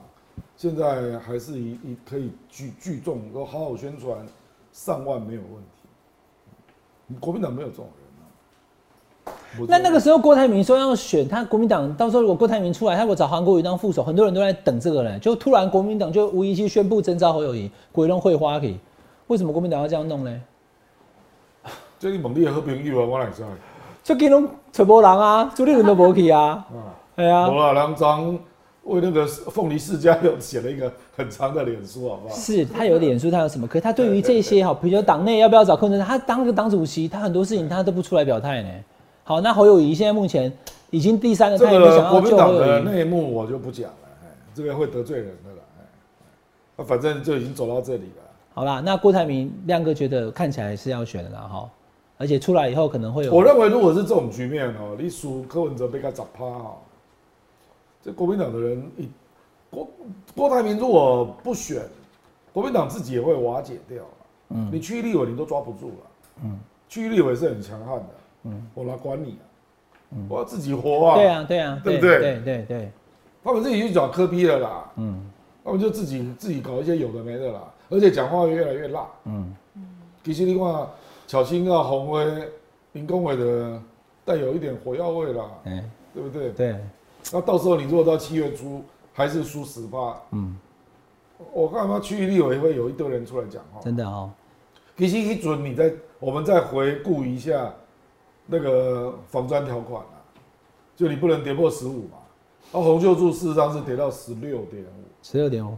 现在还是一一可以聚聚众，都好好宣传，上万没有问题。国民党没有这种人啊。我
那那个时候郭台铭说要选他国民党，到时候如果郭台铭出来，他如果找韩国瑜当副手，很多人都在等这个人，就突然国民党就无意间宣布征召侯友谊，鬼弄会花给，为什么国民党要这样弄呢？
最近猛烈和平友啊，我来知
就给拢吹波人啊，朱立伦都无去 啊，
啊，
哎呀、
罗老梁张为那个凤梨世家有写了一个很长的脸书，好不好？
是他有脸书，他有什么？可是他对于这些哈，比如党内要不要找柯文哲，他当了个党主席，他很多事情他都不出来表态呢。好，那侯友谊现在目前已经第三了，
这
他也不
个
想
国
要
民
救
党
侯
的
友谊。
内幕我就不讲了，哎，这个会得罪人的啦。哎啊，反正就已经走到这里了。哎
好啦，那郭台铭亮哥觉得看起来是要选的啦哈，而且出来以后可能会有。哦
我认为如果是这种局面哦，你数柯文哲被他砸趴哦，这国民党的人一郭郭台铭如果不选，国民党自己也会瓦解掉啊
嗯
你区域立委你都抓不住了，
嗯
区域立委是很强悍的，
嗯
我哪管你啊？我要自己活啊！
对，啊对啊
对不
对
对
对对对，
他们自己去找科批了啦，
嗯
他们就自己自己搞一些有的没的啦，而且讲话越来越辣。
嗯，
其实你看，巧心啊、红威、林公伟的带有一点火药味啦，
哎、
对不对？
对，
那到时候你如果到七月初还是输十趴，
嗯，
我干嘛区域立委会有一堆人出来讲话？
真的哦，
其实一准你再我们再回顾一下那个防专条款啊，就你不能跌破十五嘛。而红秀柱事实上是跌到十六点五，
十六点五，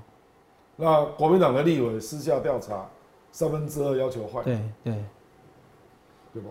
那国民党的立委私下调查，三分之二要求换，
对对，
对不？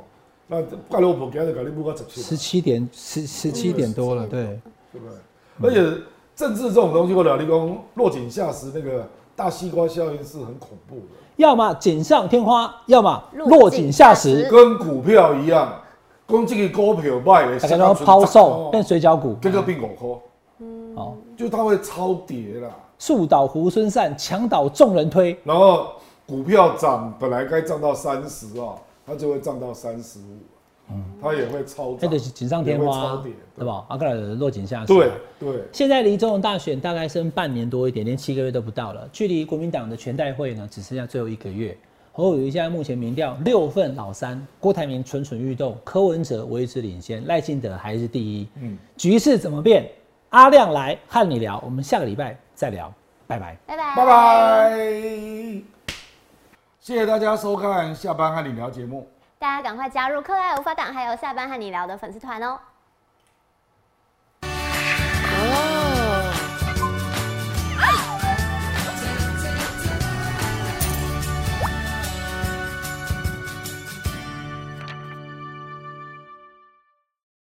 那盖洛普给他的改立布到十七
十
嘛，
七点十十七点多了，对，
对不对？而且政治这种东西，我老立功落井下石，那个大西瓜效应是很恐怖的。
要么锦上添花，要么
落
落
井
井下
下
石
石。
跟股票一样，讲这个股票卖的，
大家都要抛售变水饺股，
哦这个并五颗，
哦，
就它会超跌啦。
树倒猢狲散，墙倒众人推，
然后股票涨，本来该涨到三十啊，它就会涨到三十五，它也会超
那
涨
就，嗯是锦上添花
也会超
啊
跌，
对吧？阿格尔落井下石。
对对，
现在离总统大选大概剩半年多一点，连七个月都不到了，距离国民党的全代会呢只剩下最后一个月。侯友宜现在目前民调六份老三，郭台铭蠢蠢欲动，柯文哲为之领先，赖清德还是第一。
嗯
局势怎么变？阿亮来和你聊，我们下个礼拜再聊，拜拜。
拜拜，
拜。拜。
嗯
谢谢大家收看下班和你聊节目。
大家赶快加入课外无法党，还有下班和你聊的粉丝团哦。